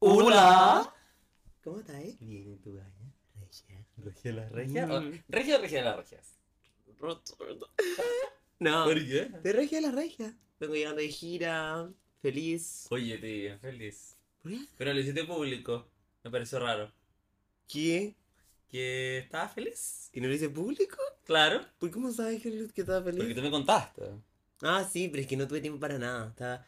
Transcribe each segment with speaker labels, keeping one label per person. Speaker 1: Hola.
Speaker 2: ¿Cómo eh? estáis?
Speaker 3: Bien, ¿y tú, Gaya? Regia.
Speaker 1: ¿Regia la regia?
Speaker 2: No.
Speaker 1: o- ¿Regia o regia de las regias?
Speaker 2: No,
Speaker 1: ¿Por qué?
Speaker 2: de regia a la regia. Vengo llegando de gira, feliz.
Speaker 1: Oye, tío, feliz.
Speaker 2: ¿Por qué?
Speaker 1: Pero lo hiciste público. Me pareció raro.
Speaker 2: ¿Qué?
Speaker 1: ¿Que estabas feliz?
Speaker 2: ¿Y no lo hice público?
Speaker 1: Claro.
Speaker 2: ¿Por cómo sabes que, que estaba feliz?
Speaker 1: Porque tú me contaste.
Speaker 2: Ah, sí, pero es que no tuve tiempo para nada. Estaba...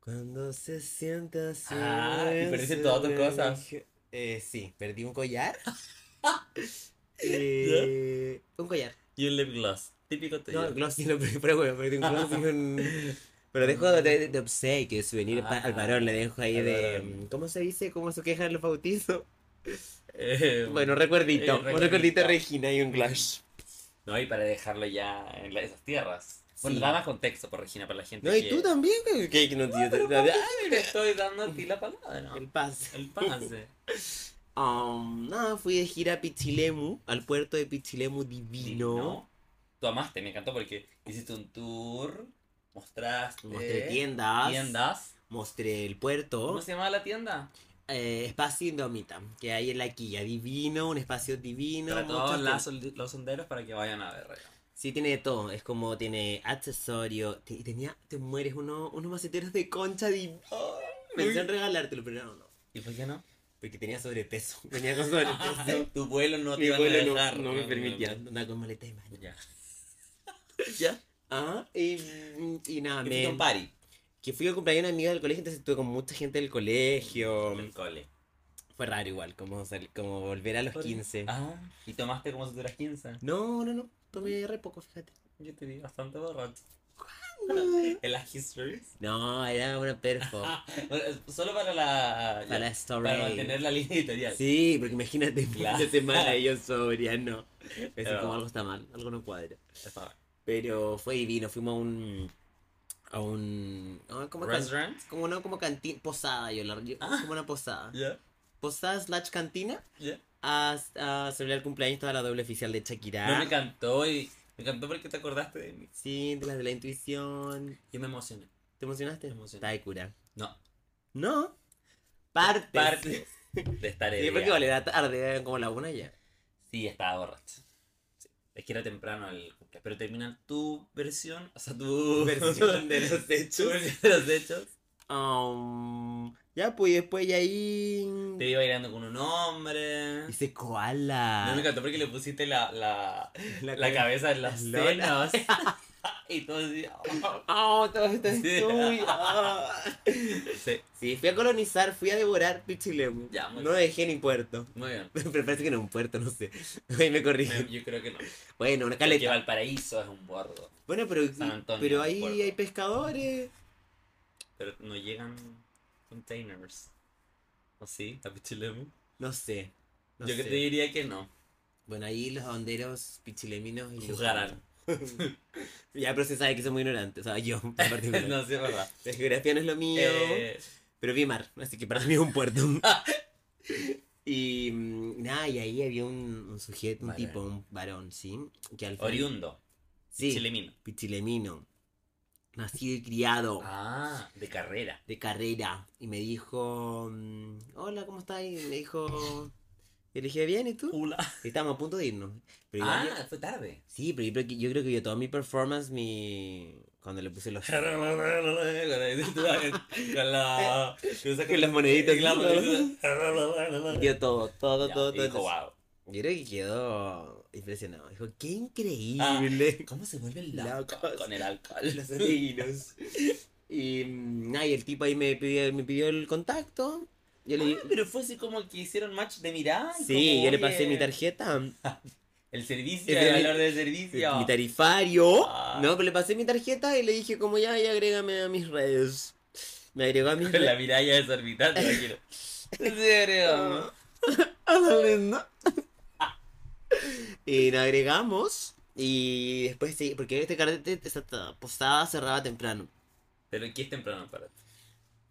Speaker 2: Cuando se sienta así.
Speaker 1: Ah, y perdiste
Speaker 2: se
Speaker 1: todas tus
Speaker 2: ve-
Speaker 1: cosas.
Speaker 2: Eh, sí, perdí un collar. eh, un collar.
Speaker 1: Y un lip gloss. Típico tuyo.
Speaker 2: No, el gloss sí lo perdí, pero bueno, perdí un gloss y un... Pero dejo de, de, de obsequio, de souvenir pa- al varón, le dejo ahí
Speaker 1: Al
Speaker 2: de... mm,
Speaker 1: varón.
Speaker 2: ¿Cómo se dice? ¿Cómo se quejan los bautizos?
Speaker 1: Eh,
Speaker 2: Bueno, recuerdito,
Speaker 1: eh,
Speaker 2: un
Speaker 1: recuerdito.
Speaker 2: recuerdito, Regina y un glass.
Speaker 1: No, y para dejarlo ya en la- esas tierras. Bueno,
Speaker 2: Sí.
Speaker 1: da más contexto por Regina para la gente
Speaker 2: No, y
Speaker 1: que-
Speaker 2: tú también, que, que no, tío, te- te-
Speaker 1: Ay, le estoy dando a ti la palabra, ¿no?
Speaker 2: el pase.
Speaker 1: El pase.
Speaker 2: Um, nada, fui de gira a Pichilemu, al puerto de Pichilemu divino.
Speaker 1: No. Tú amaste, me encantó porque hiciste un tour, mostraste
Speaker 2: Mostré tiendas,
Speaker 1: tiendas.
Speaker 2: mostré el puerto,
Speaker 1: ¿Cómo se llamaba la tienda?
Speaker 2: eh, espacio Indomita, que hay en la quilla, divino, un espacio divino.
Speaker 1: para todos
Speaker 2: muchas
Speaker 1: las- los sonderos para que vayan a ver. allá.
Speaker 2: Sí, tiene de todo. Es como tiene accesorio. te- y tenía, te mueres, uno, unos maceteros de concha de. Pensé en regalártelo, pero no, no.
Speaker 1: ¿Y por qué no?
Speaker 2: Porque tenía sobrepeso. Venía con sobrepeso.
Speaker 1: Este, Tu vuelo no te
Speaker 2: Mi
Speaker 1: iba a
Speaker 2: abuelo
Speaker 1: dejar.
Speaker 2: no, no me permitía. Andaba con maleta de baño.
Speaker 1: Ya.
Speaker 2: ¿Ya? Ah, y, y nada,
Speaker 1: Me fui
Speaker 2: me.
Speaker 1: un party.
Speaker 2: Que fui al cumpleaños de una amiga del colegio, entonces estuve con mucha gente del colegio.
Speaker 1: El cole.
Speaker 2: Fue raro igual, como, sal- como volver a los 15.
Speaker 1: Ah, ¿y tomaste como si tuvieras 15?
Speaker 2: No, no, no. Tomé re poco, fíjate.
Speaker 1: Yo te vi bastante borracho. En las histories.
Speaker 2: No, era una perfo.
Speaker 1: Ah, bueno, es solo para la.
Speaker 2: Para la
Speaker 1: ya,
Speaker 2: story.
Speaker 1: para mantener la línea editorial.
Speaker 2: Sí, porque imagínate
Speaker 1: Claro.
Speaker 2: fin de semana y yo sobria, no. Es
Speaker 1: Pero-
Speaker 2: como algo está mal, algo no cuadra.
Speaker 1: Está bien.
Speaker 2: Pero fue divino, fuimos a un. a un. a un- como, can-
Speaker 1: Restaurant.
Speaker 2: como no, como cantina. Posada, yo la. yo-
Speaker 1: Ah.
Speaker 2: Como una posada.
Speaker 1: Ya.
Speaker 2: Posada slash cantina
Speaker 1: Ya.
Speaker 2: a, a celebrar el cumpleaños toda la doble oficial de Shakira.
Speaker 1: No me encantó y. Me encantó porque te acordaste de mí.
Speaker 2: sí, de las de la intuición.
Speaker 1: Yo me emocioné.
Speaker 2: ¿Te emocionaste?
Speaker 1: Me emocioné.
Speaker 2: Está de cura.
Speaker 1: No.
Speaker 2: No. Partes.
Speaker 1: Parte de estar
Speaker 2: Sí, porque
Speaker 1: ebria.
Speaker 2: vale, era tarde, eran como la una ya.
Speaker 1: Sí, estaba borracho. Sí. Es que era temprano el cumpleaños. Pero termina tu versión, o sea, tu
Speaker 2: Versión de los
Speaker 1: tu
Speaker 2: hechos.
Speaker 1: versión de los hechos.
Speaker 2: Um, ya, pues y después ya ahí.
Speaker 1: Te vi bailando con un hombre.
Speaker 2: Dice koala.
Speaker 1: No me encantó porque le pusiste la, la, la, cabeza en las
Speaker 2: Lola.
Speaker 1: cenas. y todo así. oh.
Speaker 2: Oh, todo esto es
Speaker 1: Sí.
Speaker 2: tuyo. Ah.
Speaker 1: Sí,
Speaker 2: Sí, fui a colonizar, fui a devorar Pichilemu.
Speaker 1: Ya, muy
Speaker 2: No
Speaker 1: bien.
Speaker 2: dejé ni puerto.
Speaker 1: muy bien.
Speaker 2: Pero parece que no un puerto, no sé. Ahí me
Speaker 1: Me-
Speaker 2: corrigen.
Speaker 1: Yo creo que no.
Speaker 2: Bueno, una
Speaker 1: Porque
Speaker 2: caleta.
Speaker 1: Valparaíso es un bordo.
Speaker 2: Bueno, pero,
Speaker 1: San Antonio,
Speaker 2: pero
Speaker 1: un
Speaker 2: ahí
Speaker 1: puerto.
Speaker 2: hay pescadores.
Speaker 1: Pero no llegan containers. ¿O sí? ¿A Pichilemu?
Speaker 2: No sé. No
Speaker 1: yo
Speaker 2: sé.
Speaker 1: te diría que no.
Speaker 2: Bueno, ahí los honderos pichileminos y
Speaker 1: Juzgarán.
Speaker 2: ya, pero se sabe que soy muy ignorante. O sea, yo, en particular.
Speaker 1: no, sí es verdad.
Speaker 2: La geografía no es lo mío.
Speaker 1: Eh,
Speaker 2: Pero vi mar, así que para mí es un puerto. y mm, nada, y ahí había un, un sujeto, un
Speaker 1: Varón.
Speaker 2: tipo, un varón, ¿sí? Que al fin-
Speaker 1: oriundo.
Speaker 2: Sí,
Speaker 1: Chilemino.
Speaker 2: pichilemino. Nacido y criado.
Speaker 1: Ah, de carrera.
Speaker 2: De carrera. Y me dijo... mm, Hola, ¿cómo estás? Y me dijo... Y le dije, bien, ¿y tú? Y estábamos a punto de irnos. Pero igual yo-
Speaker 1: Ah, fue tarde.
Speaker 2: Sí, pero yo creo que, yo creo que vio toda mi performance, mi... Cuando le puse los...
Speaker 1: Con la.
Speaker 2: Con las moneditas.
Speaker 1: Con las moneditas.
Speaker 2: Vio todo, todo,
Speaker 1: Ya,
Speaker 2: todo,
Speaker 1: y
Speaker 2: todo.
Speaker 1: dijo, wow.
Speaker 2: Yo creo que quedó impresionado. Dijo, qué increíble.
Speaker 1: ¿Cómo se vuelve
Speaker 2: Locos.
Speaker 1: loco con el alcohol?
Speaker 2: Los argentinos. Y, mm, nada, y el tipo ahí me pidió, me pidió el contacto. Yo le
Speaker 1: Ah, pero fue así como que hicieron match de mirada. y
Speaker 2: sí,
Speaker 1: como,
Speaker 2: yo le
Speaker 1: oye,
Speaker 2: pasé mi tarjeta,
Speaker 1: El servicio,
Speaker 2: El
Speaker 1: el
Speaker 2: servi-
Speaker 1: valor del servicio.
Speaker 2: mi tarifario.
Speaker 1: oh. Ah.
Speaker 2: No, pero le pasé mi tarjeta y le dije, como ya, ya agrégame a mis redes. Me agregó a mis
Speaker 1: Con la
Speaker 2: redes.
Speaker 1: mirada desorbitante, tranquilo. ¿En serio?
Speaker 2: Ah, dale, no. y nos agregamos. Y después sí, porque este carrete, esta posada cerraba temprano.
Speaker 1: Pero que es temprano para ti.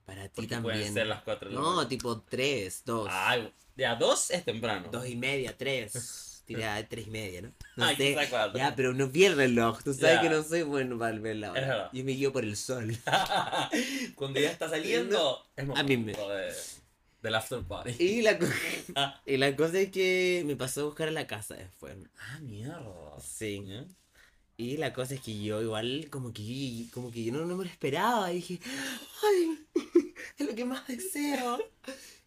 Speaker 2: Para ti
Speaker 1: Porque pueden
Speaker 2: también.
Speaker 1: ser las 4 de la
Speaker 2: No,
Speaker 1: mañana.
Speaker 2: tipo 3, 2,
Speaker 1: Ay, de a 2 es temprano.
Speaker 2: 2 y media, 3. tiraba a tres y media, ¿no? No
Speaker 1: Ah,
Speaker 2: sé.
Speaker 1: quizá cuatro.
Speaker 2: Ya, pero no vi el reloj. Tú sabes
Speaker 1: Ya.
Speaker 2: que no soy bueno para ver la
Speaker 1: Es
Speaker 2: hora.
Speaker 1: verdad.
Speaker 2: Yo me guío por el sol.
Speaker 1: Cuando ya está saliendo, es
Speaker 2: A mí me-
Speaker 1: momento de- del after party.
Speaker 2: Y la, co- y la cosa es que me pasó a buscar a la casa después.
Speaker 1: Ah, mierda. ¿eh?
Speaker 2: Sí.
Speaker 1: ¿Ya?
Speaker 2: Y la cosa es que yo igual como que como que yo no, no me lo esperaba. Y dije, ay, es lo que más deseo.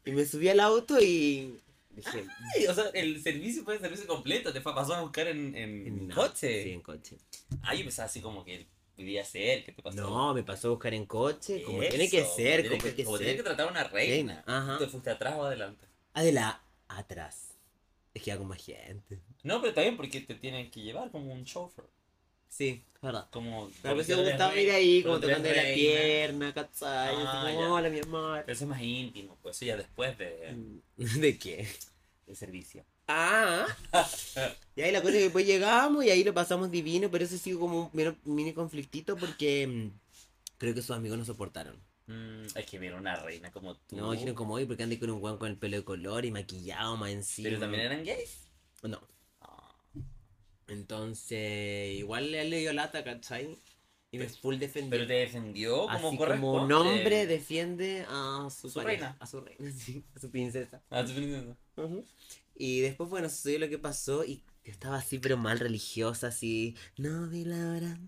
Speaker 2: Y me subí al auto y dije,
Speaker 1: Ay, o sea, el servicio fue el servicio completo. Te fue, pasó a buscar en, en,
Speaker 2: no,
Speaker 1: coche.
Speaker 2: Sí, en coche.
Speaker 1: Ah, yo pensaba así como que vivía él, ¿qué te pasó?
Speaker 2: No, me pasó a buscar en coche, como
Speaker 1: Eso,
Speaker 2: tiene que ser,
Speaker 1: tiene
Speaker 2: como tiene que,
Speaker 1: como tiene que
Speaker 2: ser.
Speaker 1: tratar a una reina.
Speaker 2: Ajá.
Speaker 1: ¿Tú te fuiste atrás o adelante?
Speaker 2: Adela, atrás. Es que iba con más gente.
Speaker 1: No, pero está bien porque te tienen que llevar como un chofer.
Speaker 2: Sí, es verdad.
Speaker 1: Como. como
Speaker 2: A veces
Speaker 1: que
Speaker 2: me
Speaker 1: eres
Speaker 2: gustaba
Speaker 1: reina,
Speaker 2: ir ahí, como
Speaker 1: pero eres
Speaker 2: tocando de la
Speaker 1: reina.
Speaker 2: pierna, ¿cachai? Así
Speaker 1: Ah,
Speaker 2: como,
Speaker 1: ya.
Speaker 2: hola, mi amor.
Speaker 1: Pero eso es más íntimo, pues eso ya después de,
Speaker 2: ¿De qué?
Speaker 1: de servicio.
Speaker 2: Ah. y ahí la cosa es que después llegamos y ahí lo pasamos divino, pero eso sí hubo como un mero- mini conflictito porque mm, creo que sus amigos no soportaron.
Speaker 1: Mm, hay que ver una reina como tú.
Speaker 2: No, dijeron como hoy porque andé con un guan con el pelo de color y maquillado más encima.
Speaker 1: Pero también eran gays.
Speaker 2: No.
Speaker 1: Ah,
Speaker 2: Entonces, igual le, le dio lata, ¿cachai? Y me full defendió.
Speaker 1: Pero te defendió como
Speaker 2: Así
Speaker 1: corresponde.
Speaker 2: como un hombre defiende a su,
Speaker 1: Su
Speaker 2: pareja,
Speaker 1: reina.
Speaker 2: A su reina, sí, a su princesa.
Speaker 1: Ah, tú piensas-
Speaker 2: Ujú. Y después, bueno, sucedió lo que pasó y yo estaba así, pero mal religiosa, así, no vi la hora.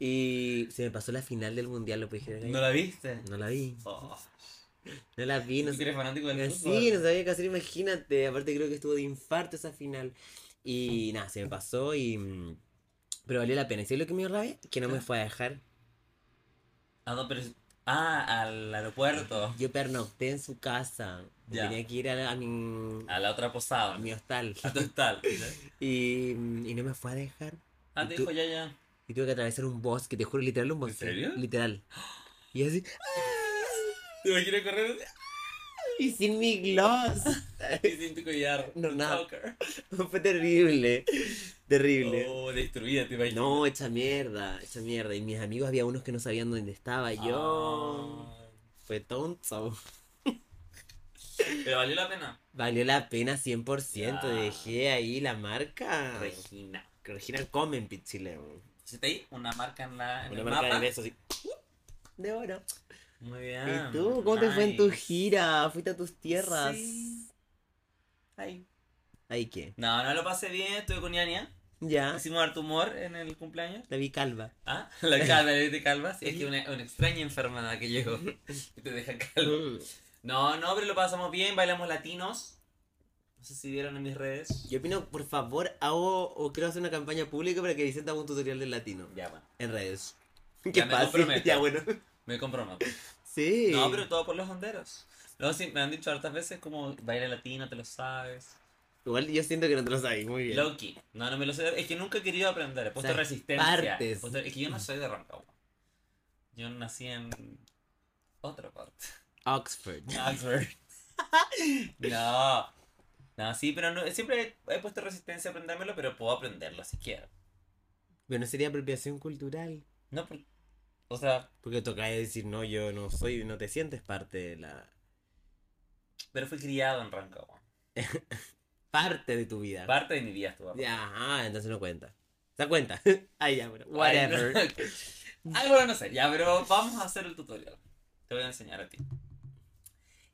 Speaker 2: Y se me pasó la final del mundial, lo pude creer ahí.
Speaker 1: ¿No la viste?
Speaker 2: No la vi,
Speaker 1: Oh,
Speaker 2: no la vi, no
Speaker 1: tú
Speaker 2: sé.
Speaker 1: que eres fanático del
Speaker 2: Eh,
Speaker 1: fútbol.
Speaker 2: Sí, no sabía qué hacer, imagínate. Aparte creo que estuvo de infarto esa final. Y nada, se me pasó y... mm, Pero valió la pena. ¿Y sabes lo que me dio rabia? Que no me fue a dejar.
Speaker 1: Ah, no, pero. es- Ah, al aeropuerto.
Speaker 2: Yo pernocté en su casa. y
Speaker 1: Ya.
Speaker 2: Tenía que ir a, la- a mi,
Speaker 1: A la otra
Speaker 2: a
Speaker 1: posada.
Speaker 2: mi hostal.
Speaker 1: A total.
Speaker 2: Y, mm, y no me fue a dejar.
Speaker 1: Ah,
Speaker 2: ¿Y
Speaker 1: te
Speaker 2: tú?
Speaker 1: dijo ya, ya.
Speaker 2: Y tuve que atravesar un bosque, te juro, literal un bosque.
Speaker 1: serio?
Speaker 2: Literal. Y así...
Speaker 1: Te imaginas correr
Speaker 2: Y sin mi gloss.
Speaker 1: y sin tu collar.
Speaker 2: No,
Speaker 1: tu
Speaker 2: nada.
Speaker 1: choker.
Speaker 2: fue terrible. Terrible.
Speaker 1: Oh, destruida, te imaginas.
Speaker 2: No, hecha mierda, hecha mierda. Y mis amigos había unos que no sabían dónde estaba. Yo.
Speaker 1: Ah,
Speaker 2: Fue tonto.
Speaker 1: pero valió la pena.
Speaker 2: Valió la pena 100%.
Speaker 1: Ya.
Speaker 2: Dejé ahí la marca.
Speaker 1: Regina.
Speaker 2: Que Regina Comen, Pichile. weón.
Speaker 1: Hiciste ahí una marca en la. en
Speaker 2: Una
Speaker 1: el
Speaker 2: marca de
Speaker 1: mapa.
Speaker 2: besos. así, De oro.
Speaker 1: Muy bien.
Speaker 2: ¿Y tú? ¿Cómo te fue en tu
Speaker 1: Ah, nice.
Speaker 2: gira? ¿Fuiste a tus tierras?
Speaker 1: Sí. Ay.
Speaker 2: ¿Ahí qué?
Speaker 1: No, no lo pasé bien, estuve con Iania.
Speaker 2: Ya.
Speaker 1: Hicimos harto humor en el cumpleaños.
Speaker 2: La vi calva.
Speaker 1: Ah, la calma, de calma. Sí, es que una, una extraña enfermedad que llegó. Que te deja calvo.
Speaker 2: Yo
Speaker 1: No, no, pero lo pasamos bien, bailamos latinos. No sé si vieron en mis redes.
Speaker 2: opino, por favor, hago o quiero hacer una campaña pública para que Vicente haga un tutorial del latino
Speaker 1: Ya, bueno,
Speaker 2: en redes.
Speaker 1: Ya
Speaker 2: Qué
Speaker 1: me
Speaker 2: fácil.
Speaker 1: comprometo.
Speaker 2: Ya bueno.
Speaker 1: me comprometo.
Speaker 2: Sí.
Speaker 1: No, pero todo por los honderos. No, sí, me han dicho hartas veces como baila latino, te lo sabes.
Speaker 2: Igual yo siento que no te lo sabéis muy bien.
Speaker 1: Loki. No, no me lo sé. Es que nunca he querido aprender. He puesto
Speaker 2: O sea,
Speaker 1: resistencia.
Speaker 2: partes.
Speaker 1: He puesto- Es que yo no soy de Rancagua. Yo nací en otra parte.
Speaker 2: Oxford.
Speaker 1: Oxford. no. No, sí, pero no, siempre he, he puesto resistencia a aprendérmelo, pero puedo aprenderlo si quiero.
Speaker 2: Pero no sería apropiación cultural.
Speaker 1: No, por- o sea,
Speaker 2: Porque toca decir, no, yo no soy, no te sientes parte de la.
Speaker 1: pero fui criado en Rancagua.
Speaker 2: parte de tu vida.
Speaker 1: Parte de mi vida estuvo. acá.
Speaker 2: Ya, ajá, entonces no cuenta. ¿Se da cuenta? Ay, ya, bueno.
Speaker 1: Ay, no.
Speaker 2: Whatever.
Speaker 1: Ay, bueno, no sé, ya, pero vamos a hacer el tutorial. Te voy a enseñar a ti.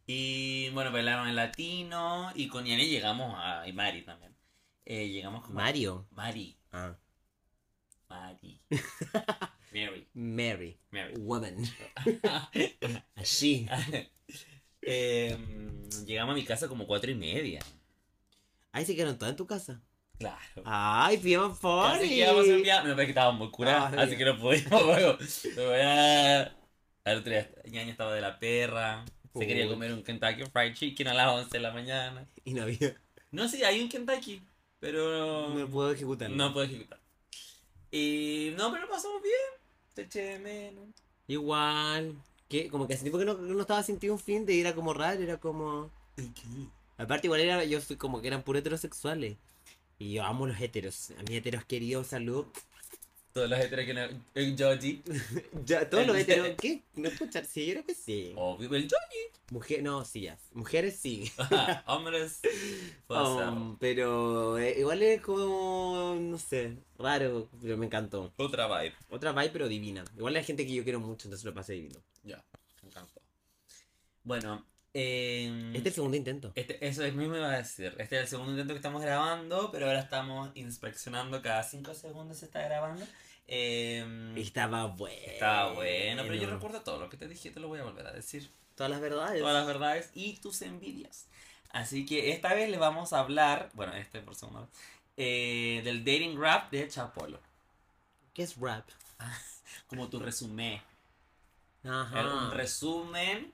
Speaker 1: Y bueno, bailaron en latino y con Yane llegamos a. y Mari también. Eh, llegamos con
Speaker 2: Mario.
Speaker 1: Mari.
Speaker 2: Ah.
Speaker 1: Mari. Mary.
Speaker 2: Mary.
Speaker 1: Mary.
Speaker 2: Woman. Allí.
Speaker 1: Em, llegamos a mi casa como cuatro y media.
Speaker 2: Ahí se quedaron todas en tu casa.
Speaker 1: Claro.
Speaker 2: Ay, pidieron favor.
Speaker 1: Así que íbamos en viaje. No, pero es que estábamos muy curados,
Speaker 2: Ah,
Speaker 1: así
Speaker 2: ya.
Speaker 1: que no pudimos. Luego, luego ya. Al otro día, ñaña estaba de la perra. Se quería
Speaker 2: Puta.
Speaker 1: comer un Kentucky Fried Chicken a las 11 de la mañana.
Speaker 2: Y no había.
Speaker 1: No, sí, hay un Kentucky, pero.
Speaker 2: No puedo ejecutarlo.
Speaker 1: No puedo ejecutar. Y. No, pero lo pasamos bien. Te eché de menos.
Speaker 2: Igual. Que como que hace tiempo que no, no estaba sintiendo un fin de ir a como raro, era como. Aparte, igual era, yo soy como que eran puros heterosexuales. Y yo amo los heteros. A mis heteros queridos, salud.
Speaker 1: Todos los heteros que no. El Joji.
Speaker 2: Ya, todos los heteros, ¿qué? ¿No escuchar? Sí, yo creo que sí.
Speaker 1: Obvio, el Joji.
Speaker 2: Mujer, no, sí, ya. Mujeres sí.
Speaker 1: Ajá, Hombres. pasa.
Speaker 2: Um, pero eh, igual es como, no sé, raro, pero me encantó.
Speaker 1: Otra vibe.
Speaker 2: Otra vibe, pero divina. Igual la gente que yo quiero mucho, entonces lo pasé divino.
Speaker 1: Ya, me encantó. Bueno, eh,
Speaker 2: Este es el segundo intento.
Speaker 1: este- eso es mismo iba a decir. Este es el segundo intento que estamos grabando, pero ahora estamos inspeccionando cada 5 segundos se está grabando. Eh,
Speaker 2: Estaba bueno.
Speaker 1: está bueno, pero yo recuerdo todo lo que te dije, te lo voy a volver a decir.
Speaker 2: Todas las verdades.
Speaker 1: Todas las verdades y tus envidias. Así que esta vez les vamos a hablar, bueno, este por segunda vez, eh, del dating rap de Chapolo.
Speaker 2: ¿Qué es rap?
Speaker 1: Como tu resumen.
Speaker 2: Ajá.
Speaker 1: Era un resumen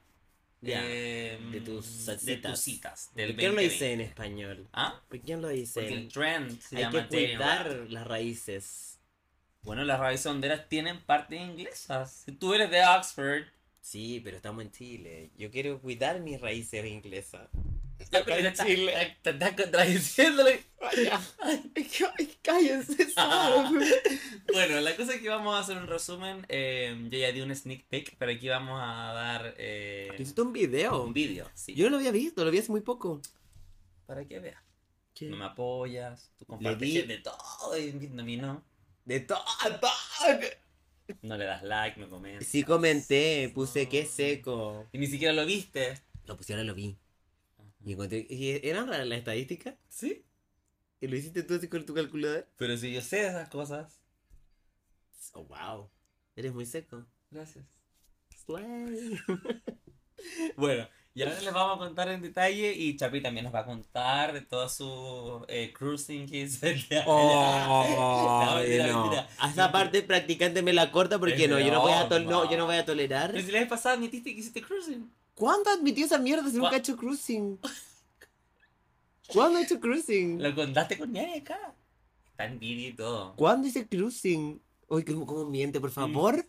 Speaker 2: Ah. Ya,
Speaker 1: eh,
Speaker 2: de tus
Speaker 1: de tus
Speaker 2: citas.
Speaker 1: citas del
Speaker 2: ¿Por qué no lo
Speaker 1: 2020.
Speaker 2: dice en español?
Speaker 1: ¿Ah?
Speaker 2: ¿Por qué no lo dice?
Speaker 1: Porque el
Speaker 2: en-
Speaker 1: trend se
Speaker 2: Hay
Speaker 1: llama
Speaker 2: que
Speaker 1: dating
Speaker 2: cuidar
Speaker 1: rap.
Speaker 2: las raíces.
Speaker 1: Bueno, las raíces honderas tienen partes inglesas. Si tú eres de Oxford,
Speaker 2: Sí, pero estamos en Chile. Yo quiero cuidar mis raíces inglesas.
Speaker 1: ya, pero
Speaker 2: en
Speaker 1: te estás-
Speaker 2: Chile.
Speaker 1: te estás contradiciendo.
Speaker 2: Cállense,
Speaker 1: Ah. Bueno, la cosa es que vamos a hacer un resumen. eh, yo ya di un sneak peek, pero aquí vamos a dar eh,
Speaker 2: hiciste un video.
Speaker 1: un vídeo. sí,
Speaker 2: Yo no lo había visto, lo vi hace muy poco.
Speaker 1: Para que veas. No me apoyas, tú
Speaker 2: di-
Speaker 1: compartes de todo y a mí no.
Speaker 2: De todo.
Speaker 1: No le das like, no comentas.
Speaker 2: Sí comenté, puse que seco.
Speaker 1: Y ni siquiera lo viste.
Speaker 2: Lo puse ahora lo vi. Y encontré. y ¿Eran raras las estadísticas?
Speaker 1: Sí.
Speaker 2: ¿Y lo hiciste tú así con tu calculador?
Speaker 1: Pero si yo sé esas cosas.
Speaker 2: Oh, wow. Eres muy seco.
Speaker 1: Gracias.
Speaker 2: Slay.
Speaker 1: Bueno, y ahora les vamos a contar en detalle y Chapi también nos va a contar de todo su eh, cruising que hizo el día de No, mentira, mentira.
Speaker 2: A Oh, esa parte practicante me la corta porque
Speaker 1: Es
Speaker 2: no, yo no voy a
Speaker 1: broma.
Speaker 2: tol- no, yo no voy a tolerar.
Speaker 1: Pero si la vez pasada admitiste que hiciste cruising.
Speaker 2: ¿Cuándo admitió esa mierda si nunca
Speaker 1: ¿Cuá-
Speaker 2: ha hecho cruising? ¿Cuándo ha hecho cruising?
Speaker 1: Lo contaste con Yaya acá. Está envidia y todo.
Speaker 2: ¿Cuándo hice cruising? Uy, ¿cómo, cómo miente,
Speaker 1: Mm.
Speaker 2: por favor?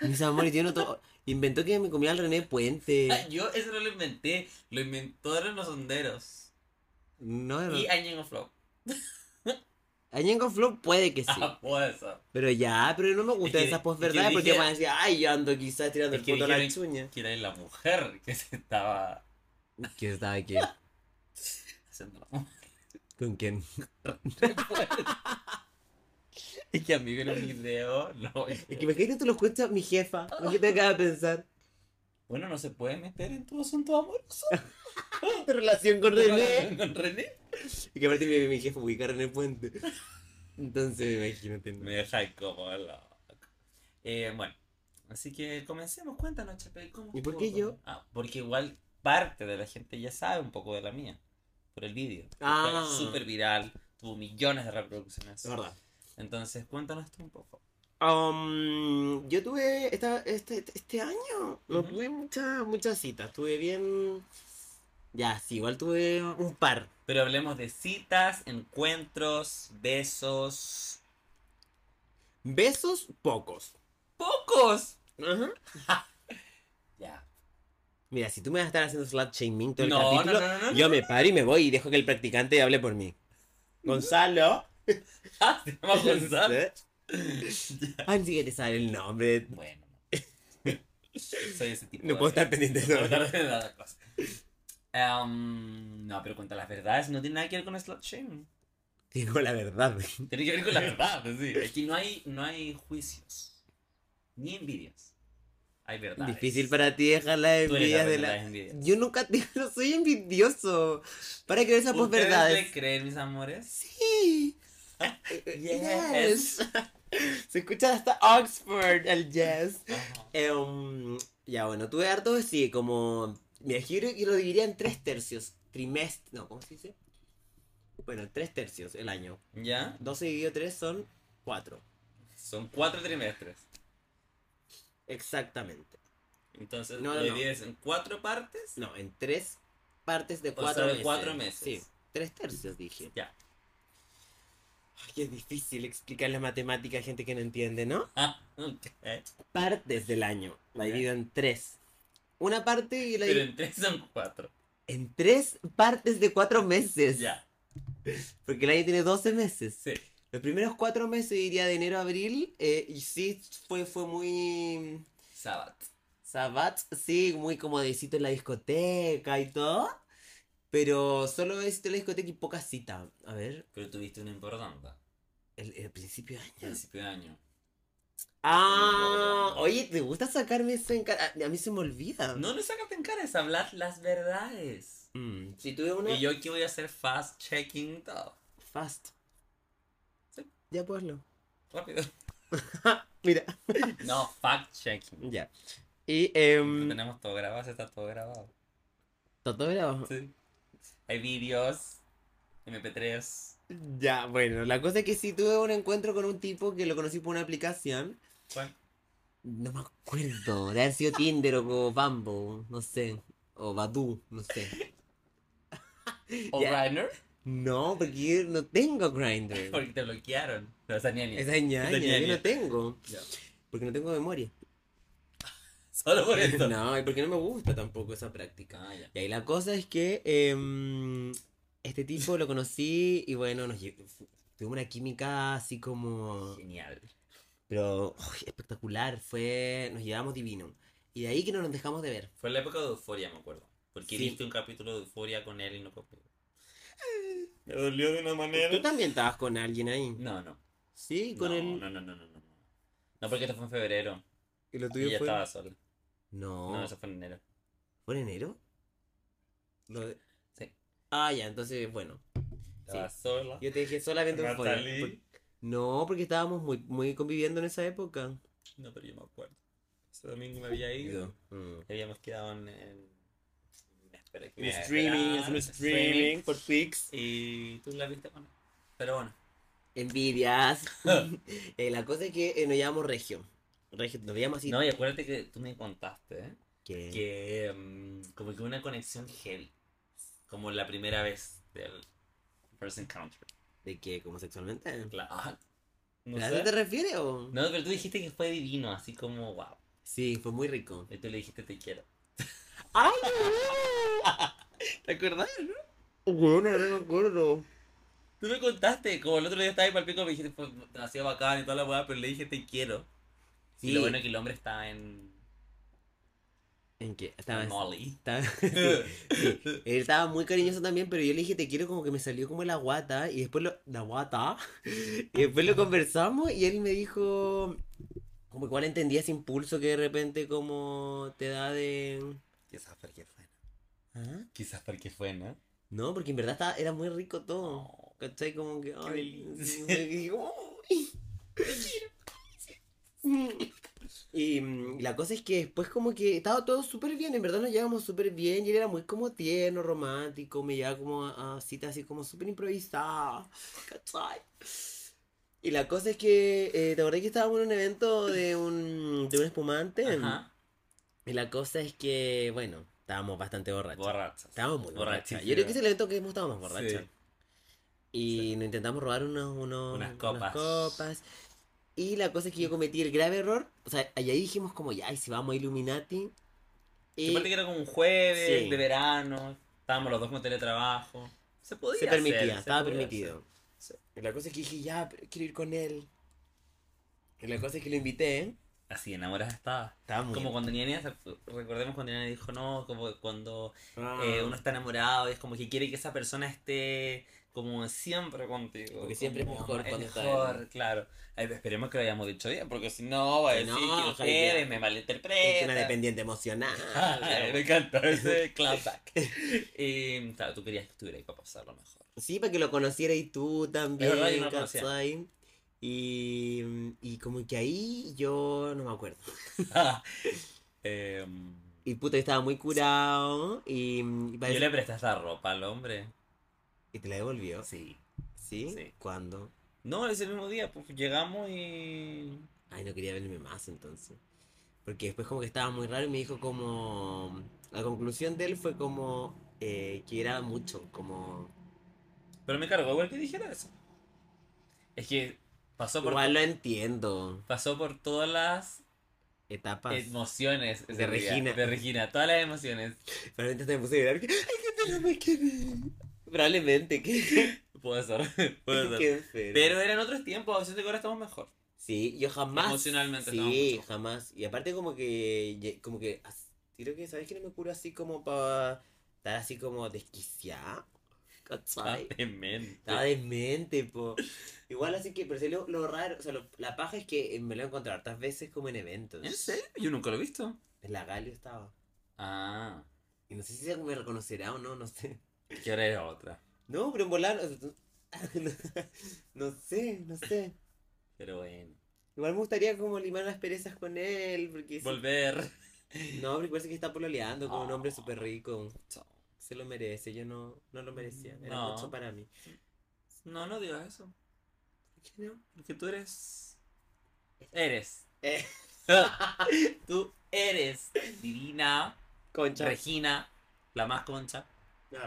Speaker 2: Mis amores, yo no to- Inventó que me comía el René Puente.
Speaker 1: Ah, yo eso no lo inventé. Lo inventaron los honderos.
Speaker 2: No, no.
Speaker 1: Y Añengo Flow.
Speaker 2: Añengo Flor puede que sí.
Speaker 1: Ah, pues eso.
Speaker 2: Pero ya, pero no me gustan
Speaker 1: Es que-
Speaker 2: esas
Speaker 1: es
Speaker 2: posverdades
Speaker 1: que
Speaker 2: porque
Speaker 1: dije-
Speaker 2: van a decir, ay, yo ando quizás tirando
Speaker 1: Es
Speaker 2: el
Speaker 1: que
Speaker 2: puto a la
Speaker 1: dijeron-
Speaker 2: chuña.
Speaker 1: Que era la mujer que se estaba
Speaker 2: ¿Quién estaba aquí?
Speaker 1: haciendo la mujer.
Speaker 2: ¿Con quién?
Speaker 1: Es que amigo en un video. No,
Speaker 2: Es que imagínate tú lo escuchas mi jefa. ¿Por qué te acaba de pensar?
Speaker 1: Bueno, no se puede meter en tu asunto amoroso.
Speaker 2: Tu relación con René.
Speaker 1: Con René.
Speaker 2: Y que aparte mi, mi jefa ubica a René Puente. Entonces, imagínate. ¿no?
Speaker 1: Me deja incómodo, loco. Eh, bueno, así que comencemos. Cuéntanos, Chape, ¿cómo
Speaker 2: ¿Y por
Speaker 1: estuvo
Speaker 2: qué
Speaker 1: todo?
Speaker 2: yo?
Speaker 1: Ah, porque igual parte de la gente ya sabe un poco de la mía. Por el vídeo. que
Speaker 2: Ah.
Speaker 1: Fue súper viral. Tuvo millones de reproducciones.
Speaker 2: Es verdad.
Speaker 1: Entonces, cuéntanos tú un poco.
Speaker 2: Um, yo tuve esta, este, este año, no
Speaker 1: Ujú.
Speaker 2: tuve muchas muchas citas, tuve bien... Ya, sí, igual tuve un par.
Speaker 1: Pero hablemos de citas, encuentros, besos.
Speaker 2: Besos, pocos.
Speaker 1: ¡Pocos!
Speaker 2: Ajá.
Speaker 1: Ya.
Speaker 2: Mira, si tú me vas a estar haciendo slut shaming todo el
Speaker 1: No, no,
Speaker 2: capítulo,
Speaker 1: no, no, no,
Speaker 2: yo me paro y me voy y dejo que el practicante hable por mí. Gonzalo.
Speaker 1: Ah, te llamas Gonzalo.
Speaker 2: Ay, ni siquiera te sabe el nombre.
Speaker 1: Bueno. Soy ese tipo.
Speaker 2: No
Speaker 1: de-
Speaker 2: puedo estar pendiente de
Speaker 1: No, no,
Speaker 2: eso.
Speaker 1: no, no, cosa. pues. Em, no, pero cuenta las verdades, no tiene nada que ver con slot shaming.
Speaker 2: Digo la verdad.
Speaker 1: Tiene que ver con la verdad, pues sí. Aquí no hay, no hay juicios, ni envidias. Hay verdades.
Speaker 2: Difícil para ti dejar las
Speaker 1: Tú eres
Speaker 2: envidias de
Speaker 1: reina
Speaker 2: la...
Speaker 1: las envidias.
Speaker 2: Yo nunca te... No soy envidioso. Para creer esas
Speaker 1: ¿Ustedes
Speaker 2: posverdades.
Speaker 1: le creen, mis amores?
Speaker 2: Sí. Eh,
Speaker 1: Yes.
Speaker 2: Se escucha hasta Oxford el jazz.
Speaker 1: Ajá.
Speaker 2: Em, ya bueno, tuve harto, sí, como... Mira, yo creo que lo dividiría en tres tercios. Trimestre, no, ¿cómo se dice? Bueno, tres tercios el año.
Speaker 1: ¿Ya?
Speaker 2: 12 dividido 3 son 4.
Speaker 1: Son cuatro trimestres.
Speaker 2: Exactamente.
Speaker 1: Entonces,
Speaker 2: No,
Speaker 1: lo
Speaker 2: no, no.
Speaker 1: divides en cuatro partes.
Speaker 2: No, en tres partes de
Speaker 1: O
Speaker 2: 4
Speaker 1: sea, de
Speaker 2: meses.
Speaker 1: cuatro meses.
Speaker 2: Sí, tres tercios dije.
Speaker 1: Ya.
Speaker 2: Ay, qué difícil explicar la matemática a gente que no entiende, ¿no?
Speaker 1: Ah, ok.
Speaker 2: partes del año. La divido en tres. Una parte y la
Speaker 1: Pero
Speaker 2: divido
Speaker 1: en tres son cuatro.
Speaker 2: en tres partes de cuatro meses.
Speaker 1: Ya,
Speaker 2: Porque el año tiene 12 meses.
Speaker 1: sí.
Speaker 2: Los primeros cuatro meses, diría de enero a abril, eh, y sí, fue, fue muy.
Speaker 1: Sabat.
Speaker 2: Sabat, sí, muy como de cita en la discoteca y todo. Pero solo de cita en la discoteca y poca cita. A ver,
Speaker 1: Pero tuviste una importante. al
Speaker 2: el, el principio de año.
Speaker 1: Principio de año.
Speaker 2: Ah, oye, ¿te gusta sacarme eso en cara? A, a mí se me olvida.
Speaker 1: No, no sacarte en cara, es hablar las verdades.
Speaker 2: Mm, si tuve una.
Speaker 1: Y yo aquí voy a hacer fast checking todo.
Speaker 2: Fast.
Speaker 1: Sí.
Speaker 2: Ya ponlo.
Speaker 1: Rápido.
Speaker 2: Mira.
Speaker 1: No, fact checking.
Speaker 2: Ya. Y,
Speaker 1: Lo
Speaker 2: em.
Speaker 1: tenemos todo grabado, está todo grabado.
Speaker 2: ¿Todo grabado?
Speaker 1: Sí. Hay vídeos, MP3.
Speaker 2: Ya, bueno, la cosa es que sí tuve un encuentro con un tipo que lo conocí por una aplicación.
Speaker 1: Bueno,
Speaker 2: No me acuerdo, de haber sido Tinder o como Bumble, no sé. O Badu, no sé.
Speaker 1: o
Speaker 2: Ya.
Speaker 1: Grindr,
Speaker 2: No, porque yo no tengo Grindr.
Speaker 1: porque te bloquearon. No, esa ñaña.
Speaker 2: Esa es ñaña,
Speaker 1: ñaña.
Speaker 2: yo no tengo.
Speaker 1: Ya.
Speaker 2: Porque no tengo memoria.
Speaker 1: Solo por eso.
Speaker 2: No, y porque no me gusta tampoco esa práctica.
Speaker 1: Ah, ya.
Speaker 2: Y ahí la cosa es que em, este tipo lo conocí y bueno, nos lle- fu- tuvimos una química así
Speaker 1: Oh.
Speaker 2: como...
Speaker 1: Genial.
Speaker 2: Pero uy, espectacular, fue, nos llevamos divino. Y de ahí que no nos dejamos de ver.
Speaker 1: Fue en la época de Euforia, me acuerdo. Porque
Speaker 2: Sí.
Speaker 1: viste un capítulo de Euforia con él y no copié. Eh. Me dolió de una manera.
Speaker 2: Tú también estabas con alguien ahí.
Speaker 1: No, no.
Speaker 2: Sí, con
Speaker 1: no,
Speaker 2: él.
Speaker 1: no, no, no, no, no. no. No, porque esto fue en febrero.
Speaker 2: Y lo
Speaker 1: Y
Speaker 2: tuyo
Speaker 1: ya
Speaker 2: fue.
Speaker 1: estaba sola.
Speaker 2: No,
Speaker 1: No, eso fue en enero.
Speaker 2: ¿fue en enero? Lo de-
Speaker 1: Sí.
Speaker 2: Ah, ya, entonces, bueno.
Speaker 1: Estaba sola.
Speaker 2: Yo te dejé solamente un fuera.
Speaker 1: Natalie.
Speaker 2: Por- No, porque estábamos muy, muy conviviendo en esa época.
Speaker 1: No, pero yo me acuerdo. Ese domingo me había ido.
Speaker 2: Mm.
Speaker 1: Y habíamos quedado en. en... Espera, que
Speaker 2: Un
Speaker 1: me haga
Speaker 2: streaming,
Speaker 1: esperar.
Speaker 2: un streaming por Twix.
Speaker 1: Y tú la viste con él. Pero bueno.
Speaker 2: Envidias. Eh, la cosa es que eh, nos llamamos Regio. Regio, nos llamamos así.
Speaker 1: No, y acuérdate que tú me contaste, ¿eh?
Speaker 2: ¿Qué?
Speaker 1: que mm, como que hubo una conexión heavy. Como la primera vez del First Encounter.
Speaker 2: ¿De qué? ¿Como sexualmente?
Speaker 1: Claro. No,
Speaker 2: ¿A
Speaker 1: sé.
Speaker 2: qué te refieres o...?
Speaker 1: No, pero tú dijiste que fue divino, así como wow.
Speaker 2: Sí, fue muy rico.
Speaker 1: Y tú le dijiste te quiero.
Speaker 2: ¡Ay, ¿Te acordás, no? Bueno, no me acuerdo.
Speaker 1: Tú me contaste, como el otro día estaba ahí para el pico, me dijiste fue demasiado bacán y toda la weá, pero le dije te quiero. Y
Speaker 2: Sí.
Speaker 1: lo bueno es que el hombre está en.
Speaker 2: ¿En qué? Estaba...
Speaker 1: en Molly.
Speaker 2: estaba- sí. Él estaba muy cariñoso también, pero yo le dije te quiero como que me salió como la guata y después lo... La guata. Y después lo conversamos y él me dijo... Como que igual entendía ese impulso que de repente como te da de...
Speaker 1: Quizás porque fue, ¿no?
Speaker 2: ¿Ah?
Speaker 1: Quizás porque fue, ¿no?
Speaker 2: No, porque en verdad estaba- era muy rico todo.
Speaker 1: Oh.
Speaker 2: ¿Cachai? Como que. Ay,
Speaker 1: delicia.
Speaker 2: sí, sí, sí, sí. Y mm, la cosa es que después como que estaba todo súper bien, en verdad nos llevamos súper bien y él era muy como tierno, romántico, me llevaba como a, a citas así como súper improvisada, ¿cachai? Y la cosa es que, eh, ¿te acordás que estábamos en un evento de un, de un espumante?
Speaker 1: Ajá.
Speaker 2: Y la cosa es que, bueno, estábamos bastante borrachos.
Speaker 1: Borrachas.
Speaker 2: Estábamos muy borrachas. Yo
Speaker 1: Borrachísimas.
Speaker 2: creo que es el evento que hemos estado más
Speaker 1: Sí.
Speaker 2: borrachos. Y nos intentamos robar unos, unos-
Speaker 1: Unas
Speaker 2: unas
Speaker 1: copas.
Speaker 2: copas. Y la cosa es que yo cometí el grave error. O sea, ahí ahí dijimos como, ya, y si vamos a Illuminati.
Speaker 1: Que
Speaker 2: Y
Speaker 1: aparte que era como un jueves
Speaker 2: Sí.
Speaker 1: de verano, estábamos los dos con teletrabajo. Se podía
Speaker 2: se permitía,
Speaker 1: hacer, se
Speaker 2: estaba
Speaker 1: podía
Speaker 2: permitido. Y La cosa es que dije, ya, pero quiero ir con él. Y la cosa es que lo invité.
Speaker 1: hacer. Así enamorada estaba.
Speaker 2: Estaba muy...
Speaker 1: Como cuando Niania, recordemos cuando Niania dijo no, como cuando
Speaker 2: Ah,
Speaker 1: eh, uno está enamorado, es como que quiere que esa persona esté como siempre contigo.
Speaker 2: Porque siempre es
Speaker 1: como,
Speaker 2: mejor
Speaker 1: es
Speaker 2: cuando está
Speaker 1: mejor,
Speaker 2: él.
Speaker 1: claro. Ay, esperemos que lo hayamos dicho bien, porque si no, va a
Speaker 2: Que
Speaker 1: decir
Speaker 2: no,
Speaker 1: que
Speaker 2: Jaime.
Speaker 1: ustedes me
Speaker 2: es una
Speaker 1: malinterpretan.
Speaker 2: dependiente emocional.
Speaker 1: Ay, me encanta ese clapback. y claro, tú querías que estuviera ahí para pasarlo mejor.
Speaker 2: Sí, para que lo conocierais tú también,
Speaker 1: verdad, yo no lo conocía.
Speaker 2: ¿cachai? Y, y como que ahí yo no me acuerdo.
Speaker 1: Em,
Speaker 2: Y puta, yo estaba muy curado y, y
Speaker 1: yo
Speaker 2: parece-
Speaker 1: le presté esa ropa al hombre.
Speaker 2: y te la devolvió.
Speaker 1: Sí.
Speaker 2: ¿Sí?
Speaker 1: Sí.
Speaker 2: ¿Cuándo?
Speaker 1: No, ese mismo día, pues llegamos y.
Speaker 2: Ay, no quería verme más entonces. Porque después como que estaba muy raro y me dijo como... La conclusión de él fue como eh, que era mucho, como...
Speaker 1: Pero me cargó igual que dijera eso. Es que pasó por,
Speaker 2: Igual lo entiendo.
Speaker 1: pasó por todas las
Speaker 2: Etapas.
Speaker 1: Eh, emociones. ese día,
Speaker 2: De Regina.
Speaker 1: De Regina, todas las emociones.
Speaker 2: Probablemente hasta me puse a llorar. porque, Ay, que te lo más que... Probablemente que...
Speaker 1: Puede ser, puede ser.
Speaker 2: Qué enfermo.
Speaker 1: Pero eran otros tiempos, siento que ahora estamos mejor.
Speaker 2: Sí, yo jamás.
Speaker 1: Emocionalmente estaba
Speaker 2: Sí,
Speaker 1: mucho.
Speaker 2: jamás. Y aparte como que, ye- como que, as- creo que, ¿sabes que no me curo así como para estar así como desquiciada?
Speaker 1: Ah,
Speaker 2: ¿Cachai?
Speaker 1: demente.
Speaker 2: Estaba demente, po. Igual así que, pero sí, lo, lo raro, o sea, lo- la paja es que eh, me lo he encontrado tantas veces como en eventos.
Speaker 1: ¿En serio? Yo nunca lo he visto.
Speaker 2: En la Galio estaba.
Speaker 1: Ah,
Speaker 2: Y no sé si me reconocerá o no, no sé.
Speaker 1: ¿qué hora era otra?
Speaker 2: No, pero en volar, no sé, no sé.
Speaker 1: Pero bueno.
Speaker 2: Igual me gustaría como limar las perezas con él, porque... sí-
Speaker 1: Volver.
Speaker 2: No, porque parece que está pololeando con un hombre súper rico.
Speaker 1: Chao.
Speaker 2: Se lo merece, yo no, no lo merecía. Era
Speaker 1: No.
Speaker 2: mucho para mí.
Speaker 1: No, no digas eso.
Speaker 2: ¿Por qué no?
Speaker 1: Porque tú eres. Eres.
Speaker 2: Eh.
Speaker 1: tú eres divina,
Speaker 2: Concha.
Speaker 1: Regina, la más concha.
Speaker 2: No.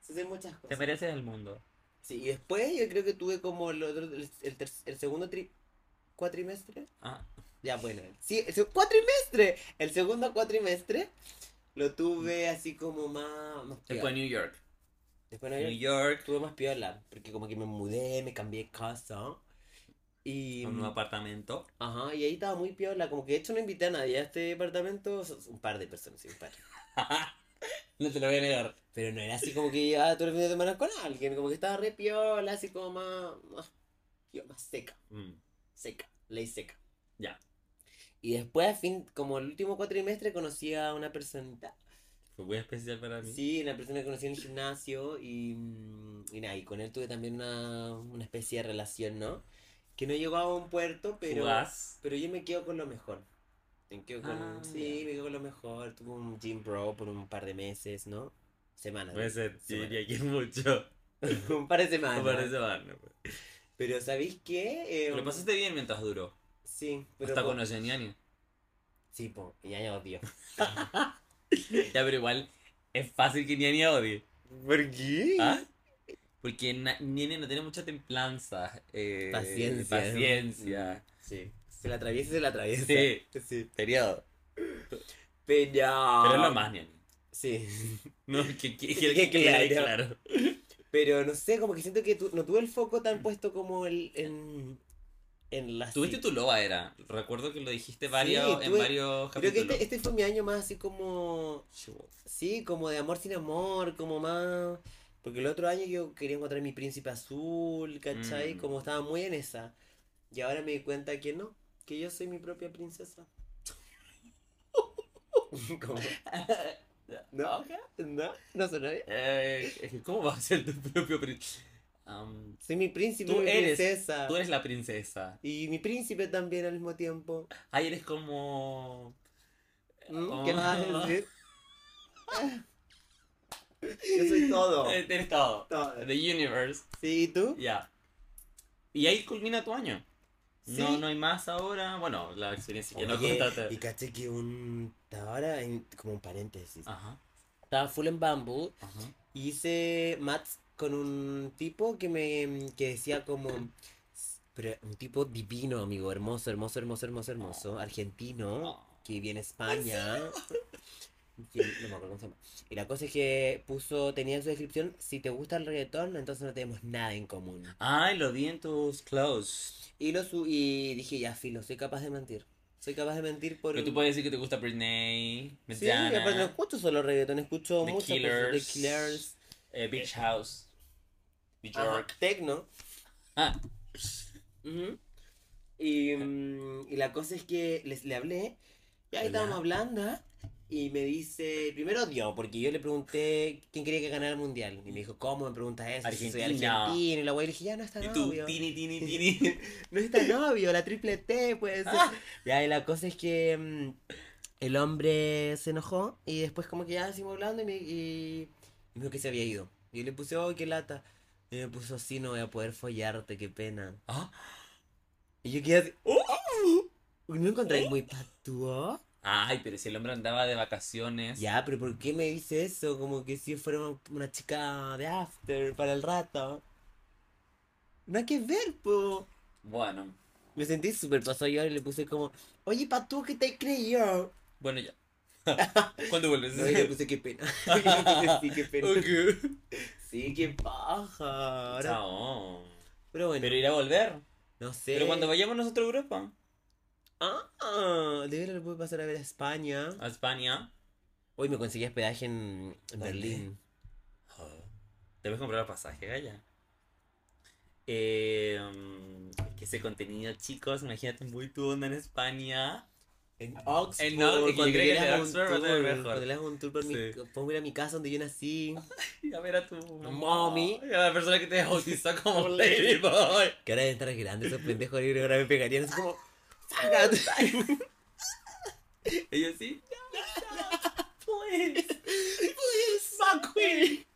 Speaker 2: Se hacen muchas
Speaker 1: Te
Speaker 2: cosas.
Speaker 1: mereces el mundo.
Speaker 2: Sí, y después yo creo que tuve como el otro, el, el ter- el segundo tri- cuatrimestre.
Speaker 1: Ah,
Speaker 2: Ya, bueno. Sí, el se- cuatrimestre. El segundo cuatrimestre lo tuve así como más... más
Speaker 1: después
Speaker 2: piola.
Speaker 1: New York.
Speaker 2: Después no-
Speaker 1: New York,
Speaker 2: tuve más piola, porque como que me mudé, me cambié de casa. Y...
Speaker 1: un nuevo apartamento.
Speaker 2: Ajá, y ahí estaba muy piola, como que de hecho no invité a nadie a este departamento, o sea, un par de personas, sí, un par.
Speaker 1: No te lo voy a negar.
Speaker 2: Pero no era así como que ah, todo el fin de semana con alguien, como que estaba re piola, así como más, más, pio- más seca,
Speaker 1: Mm.
Speaker 2: seca, ley seca.
Speaker 1: Ya.
Speaker 2: Y después, al fin, como el último cuatrimestre, conocí a una personita.
Speaker 1: Fue muy especial para mí.
Speaker 2: Sí, una persona que conocí en el gimnasio y, mm, y nada, y con él tuve también una, una especie de relación, ¿no? Que no llegó a un puerto, pero...
Speaker 1: Fugaz.
Speaker 2: Pero yo me quedo con lo mejor. Me quedo con,
Speaker 1: Ah,
Speaker 2: sí,
Speaker 1: ya.
Speaker 2: me quedo con lo mejor. Tuve un gym bro por un par de meses, ¿no? Semanas.
Speaker 1: Puede
Speaker 2: ¿no?
Speaker 1: ser, yo
Speaker 2: Semanas.
Speaker 1: diría que mucho.
Speaker 2: un par de semanas.
Speaker 1: Por eso van, ¿no?
Speaker 2: Pero ¿sabéis qué? Eh,
Speaker 1: Lo pasaste bien mientras duró.
Speaker 2: Sí, pero
Speaker 1: Hasta
Speaker 2: po-
Speaker 1: con los Gianniani.
Speaker 2: Sí, po, y ya ya odio.
Speaker 1: Ya, pero igual es fácil que Niani odie.
Speaker 2: ¿Por qué?
Speaker 1: ¿Ah? Porque na- Niani no tiene mucha templanza. eh,
Speaker 2: Paciencia. Mm.
Speaker 1: Paciencia.
Speaker 2: Sí. Se la atraviesa, se la atraviesa.
Speaker 1: Sí.
Speaker 2: sí.
Speaker 1: Periodo.
Speaker 2: Pero...
Speaker 1: Pero es lo más Niani.
Speaker 2: Sí.
Speaker 1: No, que, que, que,
Speaker 2: Ah. Que
Speaker 1: quede
Speaker 2: claro.
Speaker 1: claro.
Speaker 2: Pero no sé, como que siento que tu- no tuve el foco tan puesto como el, en, en las...
Speaker 1: Tuviste tu loba era. Recuerdo que lo dijiste varios,
Speaker 2: Sí,
Speaker 1: en
Speaker 2: tuve-
Speaker 1: varios
Speaker 2: Creo que
Speaker 1: capítulos.
Speaker 2: este, este fue mi año más así como Sí, como de amor sin amor, como más... Porque el otro año yo quería encontrar mi príncipe azul, ¿cachai?
Speaker 1: Mm.
Speaker 2: Como estaba muy en esa. Y ahora me di cuenta que no, que yo soy mi propia princesa. ¿Cómo? ¿No? ¿No? ¿No sonó bien?
Speaker 1: Eh, ¿Cómo vas a ser tu propio príncipe? Am,
Speaker 2: Soy mi príncipe,
Speaker 1: Tú
Speaker 2: mi
Speaker 1: eres-
Speaker 2: princesa.
Speaker 1: tú eres la princesa.
Speaker 2: Y mi príncipe también al mismo tiempo.
Speaker 1: Ay, eres como.
Speaker 2: ¿Mm? ¿Qué
Speaker 1: Oh.
Speaker 2: más vas a decir? Yo soy todo.
Speaker 1: Eh, Eres todo.
Speaker 2: Todo.
Speaker 1: The universe.
Speaker 2: Sí, ¿y tú?
Speaker 1: Ya. Y ahí culmina tu año. No,
Speaker 2: Sí.
Speaker 1: no hay más ahora. Bueno, la experiencia que no
Speaker 2: Oye, y
Speaker 1: contaste.
Speaker 2: caché que un. Ahora, en- como un paréntesis.
Speaker 1: Ajá,
Speaker 2: Estaba full en bambú
Speaker 1: ajá.
Speaker 2: y hice mats con un tipo que me que decía como. Pero un tipo divino, amigo. Hermoso, hermoso, hermoso, hermoso, hermoso. Argentino. Que vive en España. Sí, no me acuerdo cómo se llama. Y la cosa es que puso, tenía en su descripción, si te gusta el reggaetón, entonces no tenemos nada en común.
Speaker 1: Ay, lo di en tus clothes.
Speaker 2: Y lo su- y dije, ya filo, soy capaz de mentir. Soy capaz de mentir por
Speaker 1: Pero tú puedes decir que te gusta Britney,
Speaker 2: Sí, y aparte no
Speaker 1: Madonna,
Speaker 2: escucho solo reggaetón, escucho
Speaker 1: The
Speaker 2: muchas cosas de
Speaker 1: Killers.
Speaker 2: Killers,
Speaker 1: eh, Beach House, New
Speaker 2: ajá,
Speaker 1: York.
Speaker 2: techno.
Speaker 1: Ah.
Speaker 2: Ujú. Y, mm, y la cosa es que les, le hablé, y
Speaker 1: Hola.
Speaker 2: ahí estábamos hablando, ¿ah? y me dice, primero dio, porque yo le pregunté quién quería que ganara el mundial, y me dijo, ¿cómo me preguntas eso? Si Soy
Speaker 1: Argentina.
Speaker 2: argentino, y la wea, y le dije, ya no está
Speaker 1: Y tú,
Speaker 2: novio.
Speaker 1: tini, tini, tini.
Speaker 2: No está novio, la triple T, pues. puede ser.
Speaker 1: Ah.
Speaker 2: Ya, y la cosa es que mm, el hombre se enojó y después como que ya seguimos hablando y me, y- y me dijo que se había ido. Y yo le puse, oh, qué lata. Y me puso, sí, no voy a poder follarte, qué pena.
Speaker 1: Ah.
Speaker 2: Y yo quedé así, "Oh, oh, oh". ¿no encontráis muy patúo?
Speaker 1: Ay, pero si el hombre andaba de vacaciones.
Speaker 2: Ya, pero ¿por qué me dice eso? Como que si yo fuera una- una chica de after para el rato. No hay que ver, po.
Speaker 1: Bueno,
Speaker 2: Me sentí súper pasado yo y le puse como, oye, patú, ¿qué te creyó?
Speaker 1: bueno, ya. ¿Cuándo vuelves?
Speaker 2: No, y le puse qué pena. Y le puse, sí, qué pena.
Speaker 1: Ok.
Speaker 2: Sí, qué paja. pues, Ahora-
Speaker 1: Chao.
Speaker 2: Pero bueno,
Speaker 1: Pero irá a volver.
Speaker 2: no sé.
Speaker 1: Pero cuando vayamos nosotros a Europa,
Speaker 2: Ah, de veras lo pude pasar a ver a España.
Speaker 1: a España,
Speaker 2: Hoy me conseguí hospedaje en en
Speaker 1: ¿Dónde?
Speaker 2: Berlín.
Speaker 1: oh, debes comprar el pasaje, Gaya. Eh, mm, es que ese contenido, chicos, imagínate muy tu onda en España.
Speaker 2: En Oxford.
Speaker 1: En Ox- y creo
Speaker 2: cuando
Speaker 1: que
Speaker 2: le das
Speaker 1: en
Speaker 2: un
Speaker 1: Oxford va a
Speaker 2: tour,
Speaker 1: tener mejor.
Speaker 2: Cuando le das un tour por mi.
Speaker 1: Sí.
Speaker 2: Podemos ir a mi casa donde yo nací.
Speaker 1: Y a ver a tu
Speaker 2: Mommy.
Speaker 1: Y a la persona que te bautizó como Ladyboy.
Speaker 2: Que ahora deben estar grandes esos pendejos libres. Ahora me pegarían. Es como. "Sácate".
Speaker 1: Ella sí. Please.
Speaker 2: Fuck, güey.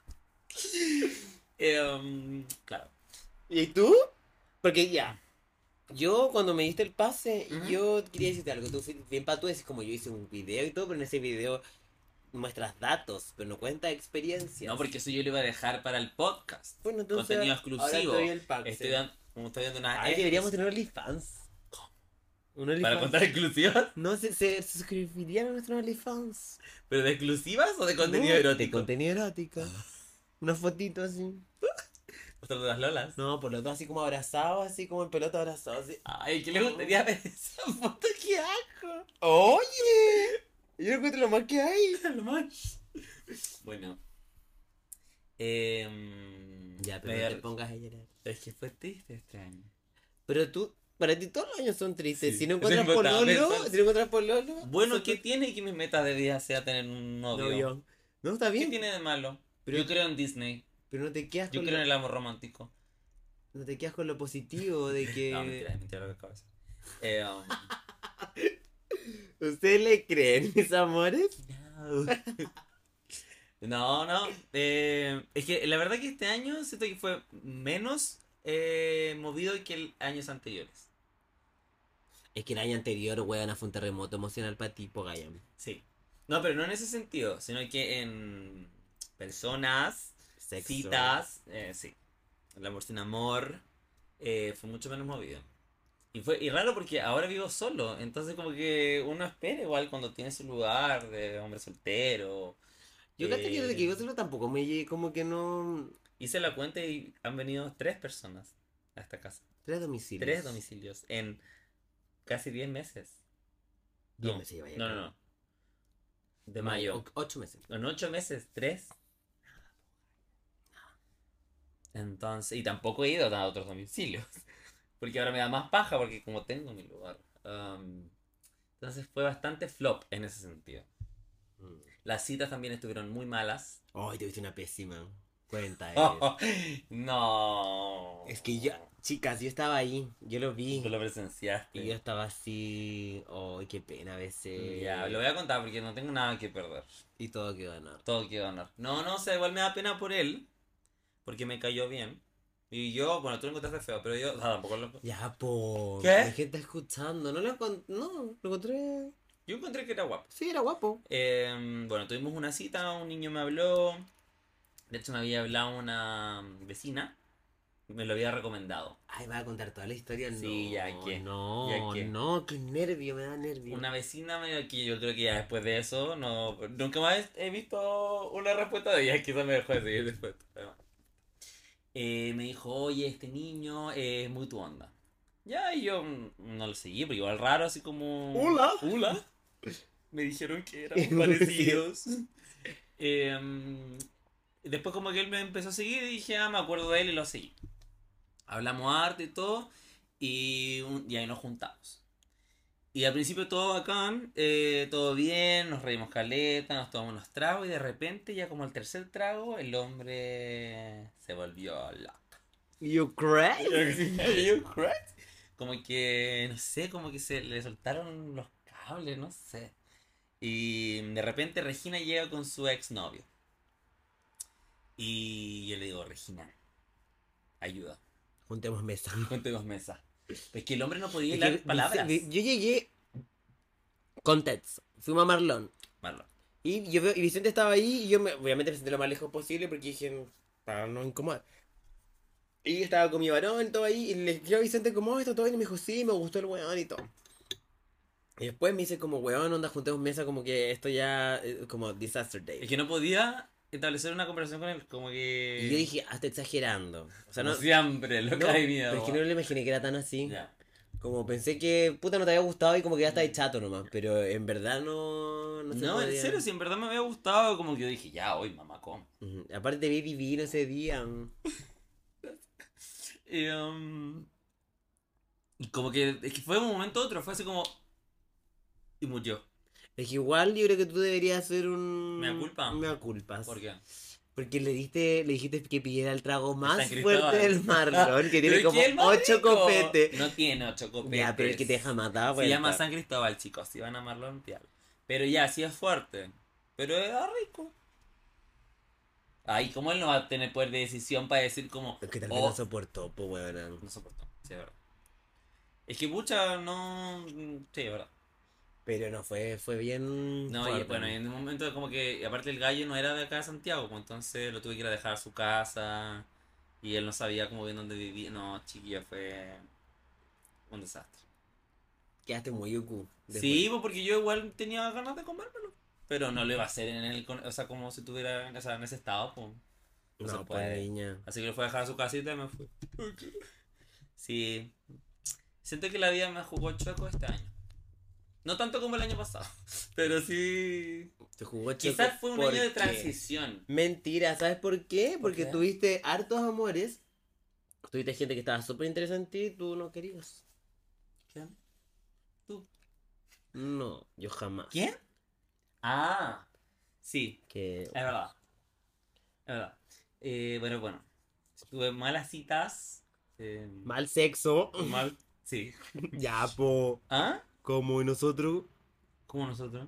Speaker 1: Em, claro.
Speaker 2: ¿Y tú? Porque ya. Yo cuando me diste el pase,
Speaker 1: Ujú.
Speaker 2: yo quería decirte algo. Tú fuiste bien para tú decir como yo hice un video y todo, pero en ese video muestras datos, pero no cuenta experiencia.
Speaker 1: No, porque eso yo lo iba a dejar para el podcast.
Speaker 2: bueno, entonces,
Speaker 1: contenido
Speaker 2: Ahora te
Speaker 1: exclusivo.
Speaker 2: doy el pase.
Speaker 1: Estoy dando, como estoy dando una.
Speaker 2: Ay, Ah, deberíamos tener OnlyFans. Un
Speaker 1: Para
Speaker 2: OnlyFans.
Speaker 1: contar exclusivas.
Speaker 2: No, se, se suscribirían a nuestro OnlyFans.
Speaker 1: ¿Pero de exclusivas o de contenido
Speaker 2: No, De
Speaker 1: erótico? Ah.
Speaker 2: contenido erótico. Una fotito así.
Speaker 1: Mostrando las lolas.
Speaker 2: No, por los dos así como abrazados, así como en pelota abrazados. Así.
Speaker 1: Ay, ¿qué le gustaría ver esa foto?
Speaker 2: ¡Qué asco! ¡Oye! Yo encuentro lo más que hay.
Speaker 1: Lo más. Bueno. Em,
Speaker 2: Ya,
Speaker 1: me
Speaker 2: pero
Speaker 1: da-
Speaker 2: no te pongas a llorar.
Speaker 1: Es que fue triste este año.
Speaker 2: Pero tú, para ti todos los años son tristes.
Speaker 1: Sí.
Speaker 2: Si no
Speaker 1: Eso es
Speaker 2: encuentras
Speaker 1: importante,
Speaker 2: pololo,
Speaker 1: eso-
Speaker 2: si no encuentras pololo.
Speaker 1: Bueno,
Speaker 2: son
Speaker 1: ¿qué
Speaker 2: tus
Speaker 1: tiene que mis metas de vida sea tener un novio?
Speaker 2: novio. No, está
Speaker 1: ¿Qué
Speaker 2: bien.
Speaker 1: tiene de malo?
Speaker 2: Pero-
Speaker 1: yo creo en Disney.
Speaker 2: Pero no te quedas
Speaker 1: Yo
Speaker 2: con
Speaker 1: creo en
Speaker 2: lo,
Speaker 1: el amor romántico.
Speaker 2: no te quedas con lo positivo de que.
Speaker 1: No, mentira, es mentira lo que acabas de decir. Eh, um,
Speaker 2: ¿Ustedes le creen, mis amores?
Speaker 1: No, no. eh, es que la verdad que este año siento que fue menos eh, movido que el años anteriores.
Speaker 2: Es que el año anterior, weón, fue un terremoto emocional para ti, po, Gayan.
Speaker 1: Sí. No, pero no en ese sentido, sino que en personas,
Speaker 2: Sexo.
Speaker 1: citas, eh, sí. El amor sin amor eh, fue mucho menos movido. Y fue y raro porque ahora vivo solo, entonces como que uno espera igual cuando tiene su lugar de hombre soltero.
Speaker 2: Yo creo que
Speaker 1: eh,
Speaker 2: desde que yo solo tampoco me llegué, como que no.
Speaker 1: Hice la cuenta y han venido tres personas a esta casa.
Speaker 2: Tres domicilios.
Speaker 1: Tres domicilios en casi 10 meses.
Speaker 2: Diez
Speaker 1: No,
Speaker 2: meses lleva ya,
Speaker 1: No, no,
Speaker 2: creo.
Speaker 1: no. De mayo.
Speaker 2: O- Ocho meses.
Speaker 1: En 8 meses, 3. Entonces, y tampoco he ido a otros domicilios. Porque ahora me da más paja porque como tengo mi lugar. Am, entonces fue bastante flop en ese sentido.
Speaker 2: Mm.
Speaker 1: Las citas también estuvieron muy malas.
Speaker 2: Ay, tuviste una pésima. Cuenta, eh.
Speaker 1: no.
Speaker 2: es que yo, chicas, yo estaba ahí, yo lo vi.
Speaker 1: Tú lo
Speaker 2: Y este yo
Speaker 1: presenciaste.
Speaker 2: estaba así. Ay, qué pena a veces.
Speaker 1: Ya, lo voy a contar porque no tengo nada que perder.
Speaker 2: Y todo quedó en orden.
Speaker 1: Todo que ganar. No, no, o sea, igual me da pena por él. Porque me cayó bien. Y yo, bueno, tú lo encontraste feo, pero yo. ah, tampoco lo-
Speaker 2: Ya, po.
Speaker 1: ¿Qué?
Speaker 2: La gente está escuchando. No lo encon- No, lo encontré.
Speaker 1: Yo encontré que era guapo.
Speaker 2: Sí, era guapo.
Speaker 1: Eh, bueno, tuvimos una cita, un niño me habló. De hecho, me había hablado una vecina. Me lo había recomendado.
Speaker 2: Ay, me va a contar toda la historia.
Speaker 1: Sí,
Speaker 2: no,
Speaker 1: ya, ¿qué?
Speaker 2: No,
Speaker 1: Ya, ¿qué?
Speaker 2: no, qué nervio, me da nervio.
Speaker 1: Una vecina me que yo creo que ya después de eso, no, nunca más he visto una respuesta de ella, quizás me dejó de seguir después. pero bueno. Eh, me dijo, oye, este niño eh, es muy tu onda. Ya, y yo mm, no lo seguí, pero igual raro, así como...
Speaker 2: Hola.
Speaker 1: ¡Hola! Me dijeron que eran parecidos. Eh, mm, después como que él me empezó a seguir y dije, ah, me acuerdo de él y lo seguí. Hablamos arte y todo, y, un- y ahí nos juntamos. Y al principio todo bacán, eh, todo bien, nos reímos caleta, nos tomamos unos tragos y de repente ya como el tercer trago el hombre se volvió loco.
Speaker 2: ¿You crazy?
Speaker 1: Como que, no sé, como que se le soltaron los cables, no sé. Y de repente Regina llega con su exnovio. Y yo le digo, Regina, ayuda,
Speaker 2: Juntemos mesa.
Speaker 1: ponte dos mesas. Es que el hombre no podía
Speaker 2: Es
Speaker 1: hilar
Speaker 2: que
Speaker 1: palabras.
Speaker 2: vi- Yo llegué. Contexto. Fuimos a Marlon.
Speaker 1: Marlon.
Speaker 2: Y yo veo, y Vicente estaba ahí, y yo me, obviamente me senté lo más lejos posible porque dije, para no incomodar. Y estaba con mi varón, todo ahí, y le dije a Vicente como, "Oh, esto todo, bien", y me dijo, sí, me gustó el weón y todo. Y después me dice como, weón, onda, juntemos mesa, como que esto ya, eh, como disaster
Speaker 1: Es
Speaker 2: day.
Speaker 1: que no podía establecer una conversación con él, como que...
Speaker 2: Y yo dije, ah, está exagerando. O sea,
Speaker 1: como
Speaker 2: no.
Speaker 1: siempre, lo
Speaker 2: no,
Speaker 1: que hay miedo.
Speaker 2: pero es que no le imaginé que era tan así.
Speaker 1: Ya.
Speaker 2: Como pensé que puta no te había gustado y como que ya estabas chato nomás. Pero en verdad no. No, se
Speaker 1: No, en
Speaker 2: podía.
Speaker 1: serio, si en verdad me había gustado, como que yo dije, ya, hoy, mamá, come.
Speaker 2: Ujú. Aparte te vi divino ese día. mm.
Speaker 1: Y, em, y como que, es que fue de un momento a otro, fue así como... Y murió.
Speaker 2: Es que igual yo creo que tú deberías hacer un.
Speaker 1: ¿Mea culpa?
Speaker 2: un Mea culpas.
Speaker 1: ¿Por qué?
Speaker 2: Porque le diste, le dijiste que pidiera el trago más
Speaker 1: Cristóbal.
Speaker 2: fuerte del marrón,
Speaker 1: Pero
Speaker 2: que tiene
Speaker 1: es
Speaker 2: como
Speaker 1: el más
Speaker 2: ocho
Speaker 1: rico.
Speaker 2: copetes.
Speaker 1: No tiene ocho copetes.
Speaker 2: Ya, pero el que te deja pues, matar,
Speaker 1: Se
Speaker 2: güey.
Speaker 1: llama San Cristóbal, chicos. Si van a Marlon, pial. Pero ya, sí es fuerte. Pero era rico. Ay, ¿cómo él no va a tener poder de decisión para decir como...
Speaker 2: Es que tal vez
Speaker 1: oh,
Speaker 2: no soportó, pues, weón.
Speaker 1: no soportó. Sí, es verdad. Es que Bucha no... mm, Sí, es verdad.
Speaker 2: Pero no, fue, fue bien.
Speaker 1: No, y
Speaker 2: fuerte.
Speaker 1: bueno, en un momento como que... y Aparte el gallo no era de acá de Santiago, pues entonces lo tuve que ir a dejar a su casa. Y él no sabía como bien dónde vivía. No, chiquilla, fue... Un desastre.
Speaker 2: Quedaste muy yuku.
Speaker 1: Sí, pues, porque yo igual tenía ganas de comérmelo. Pero no lo iba a hacer en el, con- o sea, como si tuviera, o sea, en ese estado, pues.
Speaker 2: No,
Speaker 1: se
Speaker 2: pues,
Speaker 1: puede.
Speaker 2: niña.
Speaker 1: Así que lo fue a dejar a su casita y me fui. Sí. Siento que la vida me jugó chueco este año. No tanto como el año pasado, pero sí.
Speaker 2: Te jugó chico.
Speaker 1: Quizás fue un año de
Speaker 2: porque-
Speaker 1: transición.
Speaker 2: Mentira, ¿sabes por qué?
Speaker 1: ¿Por
Speaker 2: Porque
Speaker 1: qué?
Speaker 2: tuviste hartos amores. Tuviste gente que estaba súper interesante y tú no querías.
Speaker 1: ¿Quién?
Speaker 2: No, yo jamás.
Speaker 1: ¿Quién? Ah, sí.
Speaker 2: Que
Speaker 1: Es verdad. Es verdad. Eh, pero bueno, tuve malas citas. eh,
Speaker 2: mal sexo.
Speaker 1: mal. Sí.
Speaker 2: ya, po.
Speaker 1: ¿Ah?
Speaker 2: Como nosotros.
Speaker 1: Como nosotros.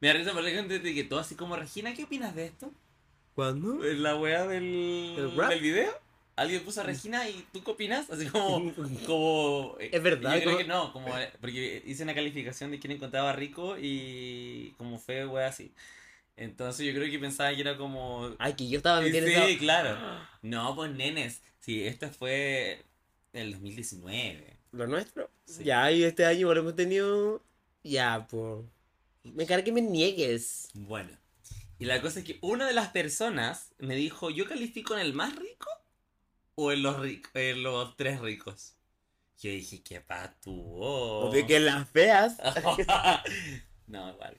Speaker 1: Me da risa porque la gente te etiquetó así como Regina, ¿qué opinas de esto?
Speaker 2: ¿Cuándo?
Speaker 1: En la wea del,
Speaker 2: ¿Del rap? Mm.
Speaker 1: del video. Alguien puso a Regina y tú qué opinas? Así como. como eh,
Speaker 2: Es verdad,
Speaker 1: Yo creo
Speaker 2: como-
Speaker 1: que no, como. eh, Porque hice una calificación de quién encontraba rico y como fue wea así. Entonces yo creo que pensaba que era como.
Speaker 2: Ay, que yo estaba
Speaker 1: Sí,
Speaker 2: metiendo
Speaker 1: sí,
Speaker 2: esa-
Speaker 1: claro. No, pues nenes. Sí, esto fue el 2019.
Speaker 2: Lo nuestro.
Speaker 1: Sí.
Speaker 2: Ya, y este año igual hemos tenido. Ya, po. Me carga que me niegues.
Speaker 1: Bueno, y la cosa es que una de las personas me dijo, ¿yo califico en el más rico o en los, ric- en los tres ricos? Yo dije, qué patúo.
Speaker 2: Obvio que las feas.
Speaker 1: no, igual.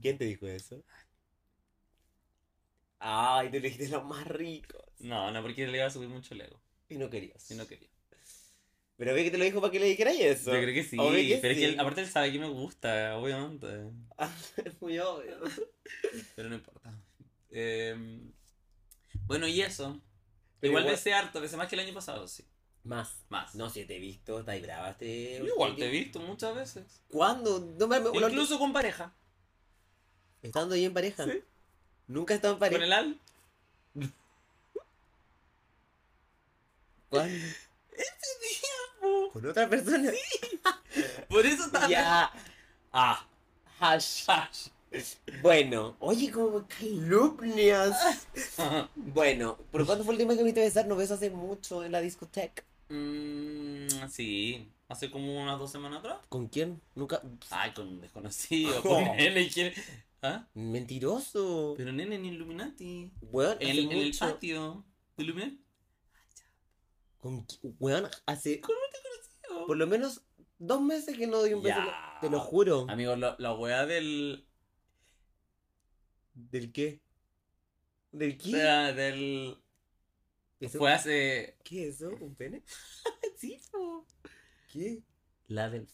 Speaker 2: ¿Quién te dijo eso? Ay, te elegiste los más ricos.
Speaker 1: No, no, porque le iba a subir mucho el ego.
Speaker 2: Y no querías.
Speaker 1: Si Mm. no quería.
Speaker 2: Pero ve que te lo dijo para que le dijeras eso.
Speaker 1: Yo creo que sí.
Speaker 2: obvio que
Speaker 1: pero es que
Speaker 2: sí.
Speaker 1: él- aparte él sabe que me gusta, obviamente.
Speaker 2: Es muy obvio.
Speaker 1: Pero no importa. Em, bueno, y eso.
Speaker 2: Pero
Speaker 1: igual
Speaker 2: igual-
Speaker 1: besé harto, besé más que el año pasado, sí.
Speaker 2: Más.
Speaker 1: Más.
Speaker 2: No, si te he visto, está ahí brava. Te...
Speaker 1: Yo igual te he visto muchas veces.
Speaker 2: ¿Cuándo? No me... lo-
Speaker 1: Incluso con pareja.
Speaker 2: ¿Estando ahí en pareja?
Speaker 1: Sí.
Speaker 2: Nunca he estado en
Speaker 1: Con
Speaker 2: pareja.
Speaker 1: el al.
Speaker 2: ¿Cuándo? ¿Con otra persona?
Speaker 1: Por eso está.
Speaker 2: Ya.
Speaker 1: Ah,
Speaker 2: Hash.
Speaker 1: hash.
Speaker 2: Bueno. Oye, como calumnias. bueno, ¿por cuándo fue el último que me viste besar? No beso hace mucho en la discoteca.
Speaker 1: Mm, sí, hace como unas dos semanas atrás.
Speaker 2: ¿Con quién? Nunca.
Speaker 1: Ay, con un desconocido. Con nene, ¿y quién? ¿Ah?
Speaker 2: Mentiroso.
Speaker 1: Pero nene en Illuminati.
Speaker 2: Weón,
Speaker 1: En,
Speaker 2: hace
Speaker 1: en el
Speaker 2: mucho.
Speaker 1: patio. ¿De Illuminati?
Speaker 2: Con qui- Weón, hace
Speaker 1: Con un desconocido.
Speaker 2: por lo menos dos meses que no doy un beso.
Speaker 1: Ya.
Speaker 2: Te lo juro.
Speaker 1: Amigo, la, la weá del.
Speaker 2: ¿Del qué? ¿Del qué?
Speaker 1: ah, del.
Speaker 2: ¿Eso-
Speaker 1: Fue hace.
Speaker 2: ¿Qué es eso? ¿Un pene?
Speaker 1: Sí,
Speaker 2: ¿Qué?
Speaker 1: La del.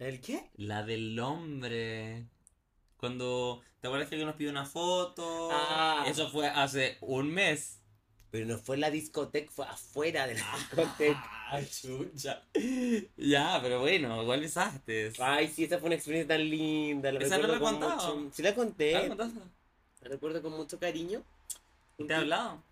Speaker 2: ¿El qué?
Speaker 1: La del hombre. Cuando. ¿Te acuerdas que alguien nos pidió una foto?
Speaker 2: Ah.
Speaker 1: Eso fue hace un mes.
Speaker 2: Pero no fue en la discoteca, fue afuera de la discoteca.
Speaker 1: Ah, chucha. Ya, pero bueno, igual besaste.
Speaker 2: Ay, sí, esa fue una experiencia tan linda. La
Speaker 1: Esa no
Speaker 2: recuerdo
Speaker 1: la he
Speaker 2: con
Speaker 1: contado.
Speaker 2: mucho- Sí la conté.
Speaker 1: Ah, ¿contaste?
Speaker 2: La recuerdo con mucho cariño.
Speaker 1: ¿Te he hablado?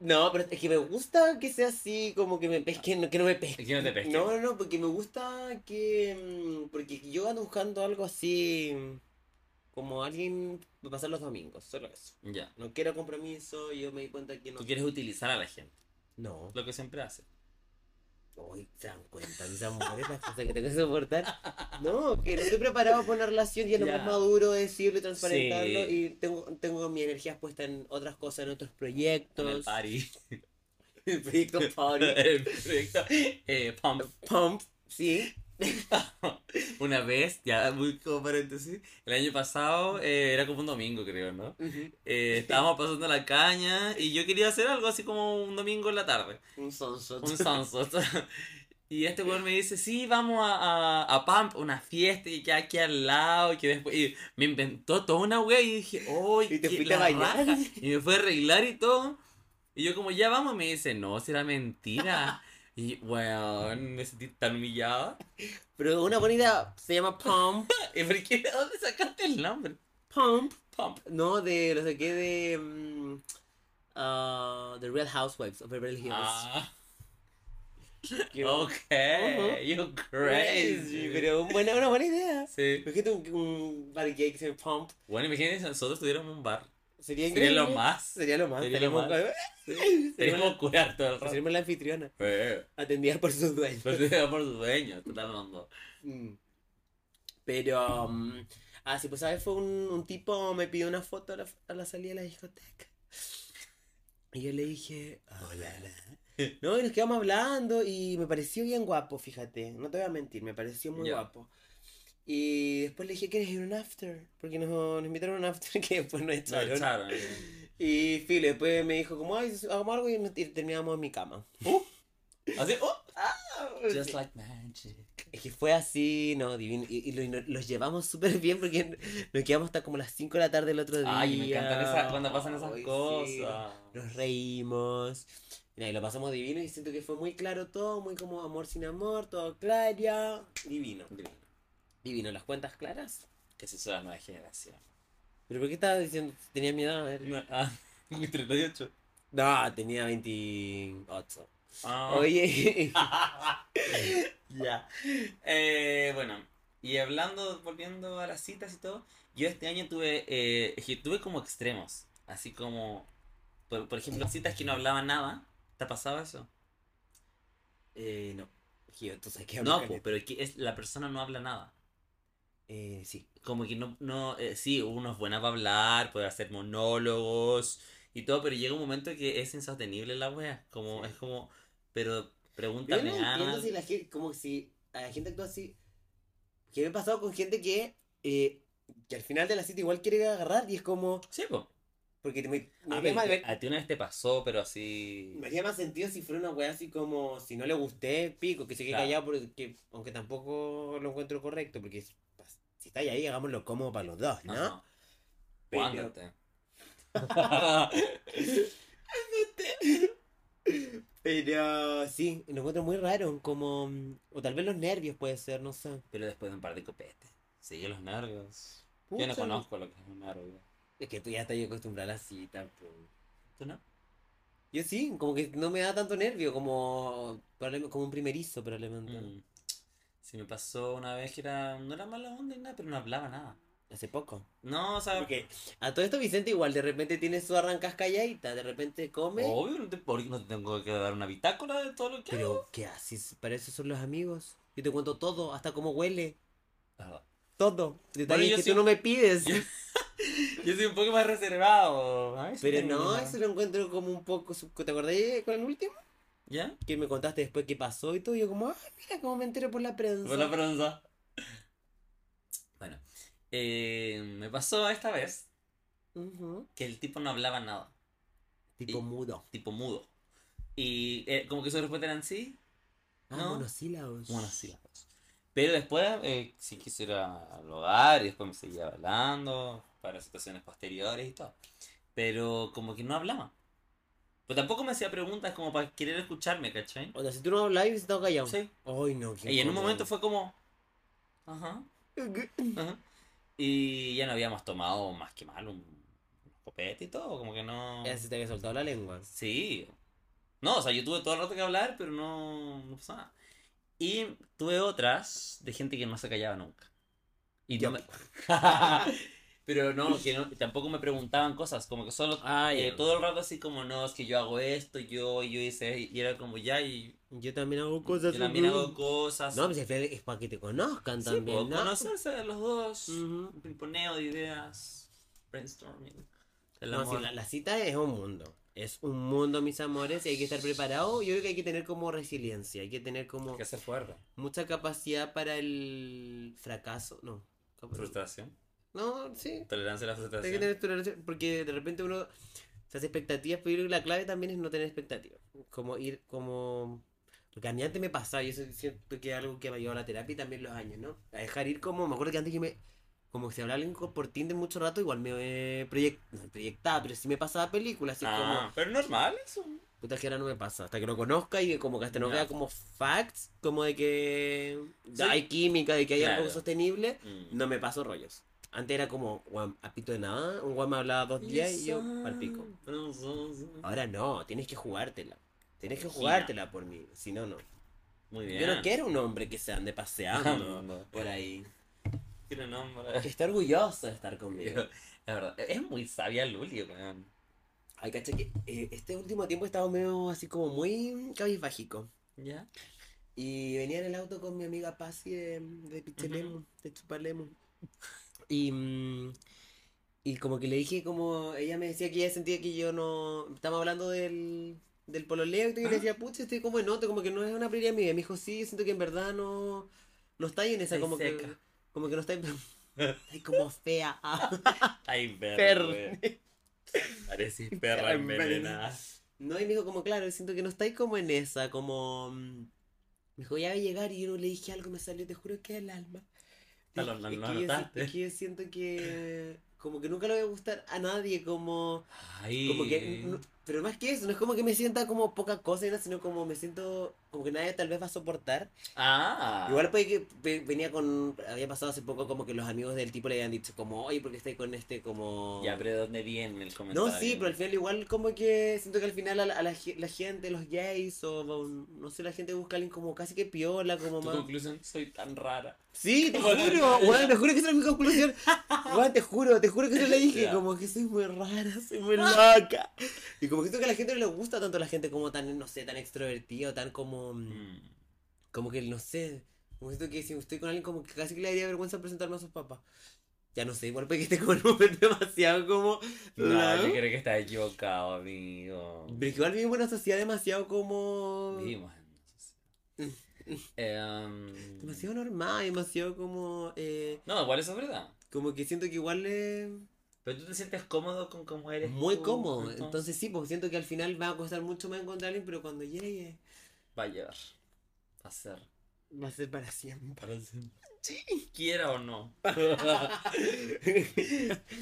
Speaker 2: No, pero es que me gusta que sea así, como que me pesquen, no- que no me pesquen.
Speaker 1: Es que no te pesquen.
Speaker 2: No, no, no, porque me gusta que. mm, Porque yo ando buscando algo así. mm, Como alguien para pasar los domingos, solo eso.
Speaker 1: Ya.
Speaker 2: No quiero compromiso, yo me di cuenta que no.
Speaker 1: Tú quieres utilizar a la gente,
Speaker 2: No.
Speaker 1: lo que siempre hace.
Speaker 2: Uy, se dan cuenta, mis amores, las cosas que tengo que soportar. No, que no estoy preparado para una relación y es lo
Speaker 1: Ya.
Speaker 2: más maduro decirlo y transparentarlo.
Speaker 1: Sí.
Speaker 2: Y tengo, tengo mi energía puesta en otras cosas, en otros
Speaker 1: En el
Speaker 2: proyectos.
Speaker 1: party.
Speaker 2: El proyecto Party.
Speaker 1: el proyecto eh, Pump.
Speaker 2: Pump, sí.
Speaker 1: Una vez, ya muy como paréntesis, el año pasado eh, era como un domingo, creo, ¿no? Eh, estábamos pasando la caña y yo quería hacer algo así como un domingo en la tarde,
Speaker 2: Un sunshot.
Speaker 1: un sunset. Y este weón me dice, sí, vamos a, a, a Pump, una fiesta que queda aquí al lado. y Que después... Y me inventó toda una wea y dije, uy,
Speaker 2: Y te
Speaker 1: qué-
Speaker 2: fuiste a
Speaker 1: la
Speaker 2: bañar.
Speaker 1: raja". Y me fue a arreglar y todo. Y yo como, ya vamos, me dice, no, será mentira. Y, weón, me sentí tan humillada.
Speaker 2: Pero una bonita se llama Pump.
Speaker 1: ¿Y por qué? ¿De dónde sacaste el nombre?
Speaker 2: Pump.
Speaker 1: Pump.
Speaker 2: No, de no sé qué de. mm, ah, The Real Housewives of Beverly Hills.
Speaker 1: Ah,
Speaker 2: Yo-
Speaker 1: ok.
Speaker 2: Ujú.
Speaker 1: You're crazy.
Speaker 2: Pero buena, una buena idea.
Speaker 1: Sí.
Speaker 2: Imagínate un, un bar gay que se llama Pump.
Speaker 1: Bueno, imagínense, si nosotros tuviéramos un bar.
Speaker 2: Sería,
Speaker 1: Sería lo
Speaker 2: increíble.
Speaker 1: más.
Speaker 2: Sería lo más.
Speaker 1: Sería lo
Speaker 2: Seríamos- Seríamos
Speaker 1: Seríamos curar todo el rato.
Speaker 2: seríamos la anfitriona,
Speaker 1: Eh,
Speaker 2: atendida por sus dueños.
Speaker 1: Pero te da por tu dueño, te está dando.
Speaker 2: Mm. Pero, um, ah, sí, pues, ¿sabes? Fue un, un tipo, me pidió una foto a la, a la salida de la discoteca. Y yo le dije, hola. hola. No, y nos quedamos hablando y me pareció bien guapo, fíjate. No te voy a mentir, me pareció muy
Speaker 1: Ya.
Speaker 2: guapo. Y después le dije, ¿quieres ir a un after? Porque nos, nos invitaron a un after que después nos
Speaker 1: Lo
Speaker 2: echaron.
Speaker 1: echaron.
Speaker 2: Y filo, después me dijo, como, ay, hagamos algo y, nos- y terminamos en mi cama.
Speaker 1: Así, oh,
Speaker 2: Sí.
Speaker 1: just like magic.
Speaker 2: Es que fue así, no, divino. Y, y lo- y lo- los llevamos súper bien porque nos quedamos hasta como las 5 de la tarde el otro día.
Speaker 1: Ay, me encantan esas, cuando pasan esas
Speaker 2: Ay, sí,
Speaker 1: cosas.
Speaker 2: Nos reímos. Mira, y lo pasamos divino y siento que fue muy claro todo, muy como amor sin amor, todo claro. Divino. Divino, las cuentas claras.
Speaker 1: Que se son las nuevas generaciones.
Speaker 2: ¿Pero por qué estabas diciendo que tenía mi edad? A ver.
Speaker 1: Ah, 38.
Speaker 2: No, tenía 28.
Speaker 1: Ah.
Speaker 2: Oye,
Speaker 1: Ya. Eh, bueno, y hablando, volviendo a las citas y todo, yo este año tuve, eh, es que tuve como extremos, así como, por, por ejemplo, citas que no hablaba nada, ¿te ha pasado eso?
Speaker 2: eh, no. Gio, tú sabes que hablo
Speaker 1: No,
Speaker 2: caleta.
Speaker 1: pues, pero es que es, la persona no habla nada.
Speaker 2: Eh, sí.
Speaker 1: Como que no, no, eh, sí, uno es buena para hablar, puede hacer monólogos y todo, pero llega un momento que es insostenible la wea, como,
Speaker 2: Sí.
Speaker 1: es como, pero
Speaker 2: Yo
Speaker 1: pregúntame
Speaker 2: no entiendo
Speaker 1: algo.
Speaker 2: si la gente, como si a la gente actúa así. Que me he pasado con gente que, eh, que al final de la cita igual quiere agarrar y es como.
Speaker 1: Sí, pues.
Speaker 2: Porque te- me, me
Speaker 1: A,
Speaker 2: haría más,
Speaker 1: ver, a ti una vez te pasó, pero así...
Speaker 2: me haría más sentido si fuera una weá así como si no le gusté, pico, que se quede
Speaker 1: Claro.
Speaker 2: callado, porque, aunque tampoco lo encuentro correcto, porque si si estáis ahí, hagámoslo cómodo para los dos, ¿no?
Speaker 1: Ajá.
Speaker 2: Pero-
Speaker 1: Cuándate.
Speaker 2: Pero sí, lo encuentro muy raro, como. O tal vez los nervios puede ser, no sé.
Speaker 1: Pero después de un par de copetes. Sigue los nervios. Yo no
Speaker 2: Pucha,
Speaker 1: conozco lo que es un nervio.
Speaker 2: Es que tú ya estás acostumbrada a la cita, pues.
Speaker 1: ¿Tú no?
Speaker 2: Yo sí, como que no me da tanto nervio como, probable- como un primerizo probablemente.
Speaker 1: Mm. Sí, me pasó una vez que era. No era mala onda ni nada, pero no hablaba nada.
Speaker 2: Hace poco.
Speaker 1: No, o sea.
Speaker 2: Porque a todo esto Vicente igual de repente tiene su arrancas calladita, de repente come.
Speaker 1: Obvio, no te, porque no te tengo que dar una bitácora de todo lo que hago.
Speaker 2: Pero ¿qué haces? Para eso son los amigos. Yo te cuento todo, hasta cómo huele,
Speaker 1: Ah.
Speaker 2: todo. Detalles
Speaker 1: yo
Speaker 2: que
Speaker 1: sí-
Speaker 2: tú no me pides.
Speaker 1: Yo- Yo soy un poco más reservado. A veces
Speaker 2: Pero
Speaker 1: tengo
Speaker 2: no,
Speaker 1: una-
Speaker 2: eso lo encuentro como un poco... sub- ¿Te acordás con el último?
Speaker 1: ¿Ya?
Speaker 2: Que me contaste después qué pasó y todo. y yo como, ay, mira cómo me entero por la prensa.
Speaker 1: Por la prensa. Bueno, eh, me pasó esta vez
Speaker 2: Ujú.
Speaker 1: que el tipo no hablaba nada.
Speaker 2: Tipo
Speaker 1: Y-
Speaker 2: mudo.
Speaker 1: tipo mudo. Y eh, como que sus respuestas eran sí,
Speaker 2: Ah,
Speaker 1: No.
Speaker 2: monosílabos.
Speaker 1: monosílabos. Pero después, eh, si quisiera al hogar, y después me seguía hablando para situaciones posteriores y todo. Pero como que no hablaba. Pero tampoco me hacía preguntas como para querer escucharme, ¿cachai?
Speaker 2: O sea, si tú no hablabas, hubiese estado callado.
Speaker 1: Sí.
Speaker 2: Ay, no, qué
Speaker 1: Y en un
Speaker 2: incómodo.
Speaker 1: momento fue como. Ajá, ajá. Y ya no habíamos tomado más que mal un, un copete y todo, como que no.
Speaker 2: Ya se te había soltado la lengua.
Speaker 1: Sí. No, o sea, yo tuve todo el rato que hablar, pero no, no pasó nada. Y tuve otras de gente que no se callaba nunca. Y no
Speaker 2: Yo.
Speaker 1: me- pero no, que no- tampoco me preguntaban cosas, como que solo
Speaker 2: Ah,
Speaker 1: eh, todo el rato así como, no, es que yo hago esto, yo, yo hice, y era como ya, y
Speaker 2: Yo también hago cosas.
Speaker 1: Yo también
Speaker 2: ¿no?
Speaker 1: hago cosas.
Speaker 2: No, pues al final es para que te conozcan
Speaker 1: Sí, pues,
Speaker 2: también,
Speaker 1: po,
Speaker 2: ¿no? Mm.
Speaker 1: conocerse de los dos.
Speaker 2: Ujú.
Speaker 1: Pimponeo de ideas. Brainstorming. El
Speaker 2: No,
Speaker 1: amor.
Speaker 2: sí, la, la cita es un mundo. Es un mundo, mis amores, y hay que estar preparado. Yo creo que hay que tener como resiliencia, hay que tener como
Speaker 1: Hay que ser fuerte.
Speaker 2: mucha capacidad para el fracaso. No, capa-
Speaker 1: Frustración.
Speaker 2: no, sí.
Speaker 1: Tolerancia a la
Speaker 2: Hay que
Speaker 1: frustración.
Speaker 2: tener tolerancia, porque de repente uno se hace expectativas, pero yo creo que la clave también es no tener expectativas. Como ir, como. Porque a mí antes me pasaba, y eso siento que es algo que me ha llevado a la terapia y también los años, ¿no? A dejar ir como. Me acuerdo que antes que me. Como si hablaba alguien con- por Tinder mucho rato, igual me eh, proyec- no, proyectaba, pero sí me pasaba películas, así como.
Speaker 1: Ah, pero normal eso.
Speaker 2: Puta que ahora no me pasa. Hasta que lo conozca y como que hasta no
Speaker 1: Ya.
Speaker 2: vea como facts, como de que
Speaker 1: Soy-
Speaker 2: hay química, de que hay algo
Speaker 1: Claro.
Speaker 2: sostenible,
Speaker 1: Mm.
Speaker 2: no me paso rollos. Antes era como, guam, a pito de nada, un guam me hablaba dos días y yo Ah, al pico. Ahora no, tienes que jugártela. Tienes que
Speaker 1: Imagina.
Speaker 2: jugártela por mí, si no, no.
Speaker 1: Muy bien.
Speaker 2: Yo no quiero un hombre que se ande
Speaker 1: No,
Speaker 2: paseando
Speaker 1: no.
Speaker 2: por ahí.
Speaker 1: Tiene
Speaker 2: Que
Speaker 1: nombre.
Speaker 2: está orgulloso de estar conmigo.
Speaker 1: La verdad, es muy sabia Luli, weón.
Speaker 2: Ay, cacha que eh, este último tiempo he estado medio así como muy cabizbajico.
Speaker 1: ¿Ya?
Speaker 2: Y venía en el auto con mi amiga Pasi de, de Pichelemu,
Speaker 1: Ujú.
Speaker 2: de Chupalemu. Y, mm, y como que le dije, como ella me decía que ella sentía que yo no. Estamos hablando del, del pololeo, y yo
Speaker 1: Ah.
Speaker 2: le decía, pucha, estoy como en otro, como que no es una prioridad mía. Y me dijo, sí, siento que en verdad no. No está ahí en esa,
Speaker 1: Estáis
Speaker 2: como que.
Speaker 1: seca.
Speaker 2: Como que no está ahí. Ay, como fea.
Speaker 1: Ay,
Speaker 2: Perro.
Speaker 1: perro. Pareces perra
Speaker 2: Perra
Speaker 1: envenenada.
Speaker 2: No, y me dijo como, claro, siento que no estáis como en esa, como... mm, Me dijo, ya va a llegar y yo no le dije algo, me salió, te juro que el alma.
Speaker 1: Ah, lo- lo-
Speaker 2: Dije, "Es
Speaker 1: lo
Speaker 2: que yo si-
Speaker 1: notaste".
Speaker 2: es que yo siento que... Como que nunca le voy a gustar a nadie, como...
Speaker 1: Ay.
Speaker 2: Como que... no- pero más que eso, no es como que me sienta como poca cosa, ni nada, sino como me siento... Como que nadie tal vez va a soportar.
Speaker 1: Ah.
Speaker 2: Igual puede que ve- venía con... Había pasado hace poco como que los amigos del tipo le habían dicho como, oye, ¿por qué estáis con este como...
Speaker 1: Ya, pero ¿de dónde viene el comentario?
Speaker 2: No, sí, pero al final igual como que siento que al final a la, a la ge- la gente, los gays o o no sé, la gente busca a alguien como casi que piola, como
Speaker 1: Tu
Speaker 2: más...
Speaker 1: conclusión, soy tan rara.
Speaker 2: Sí, te juro, weón, te juro que esa era mi conclusión. Weón, te juro, te juro que yo le dije,
Speaker 1: Ya.
Speaker 2: como que soy muy rara, soy muy loca. Y como que siento que a la gente no le gusta tanto la gente como tan, no sé, tan extrovertida, o tan como...
Speaker 1: Mm.
Speaker 2: Como que, no sé, como siento que si estoy con alguien como que casi que le daría vergüenza presentarme a sus papás. Ya no sé, igual puede que esté con un hombre demasiado como...
Speaker 1: No,
Speaker 2: Lao.
Speaker 1: yo creo que estás equivocado, amigo.
Speaker 2: Pero es que igual vivimos en una sociedad demasiado como.
Speaker 1: Vivimos en una sociedad. Em,
Speaker 2: Demasiado normal, demasiado como. eh,
Speaker 1: No, igual eso es verdad.
Speaker 2: como que siento que igual es.
Speaker 1: Pero tú te sientes cómodo con cómo eres.
Speaker 2: Muy
Speaker 1: tú,
Speaker 2: cómodo. Entonces sí, porque siento que al final va a costar mucho más encontrar a alguien, pero cuando llegue
Speaker 1: Va a llevar. Va a ser.
Speaker 2: va a ser para siempre.
Speaker 1: Para siempre. Sí. Quiera o no.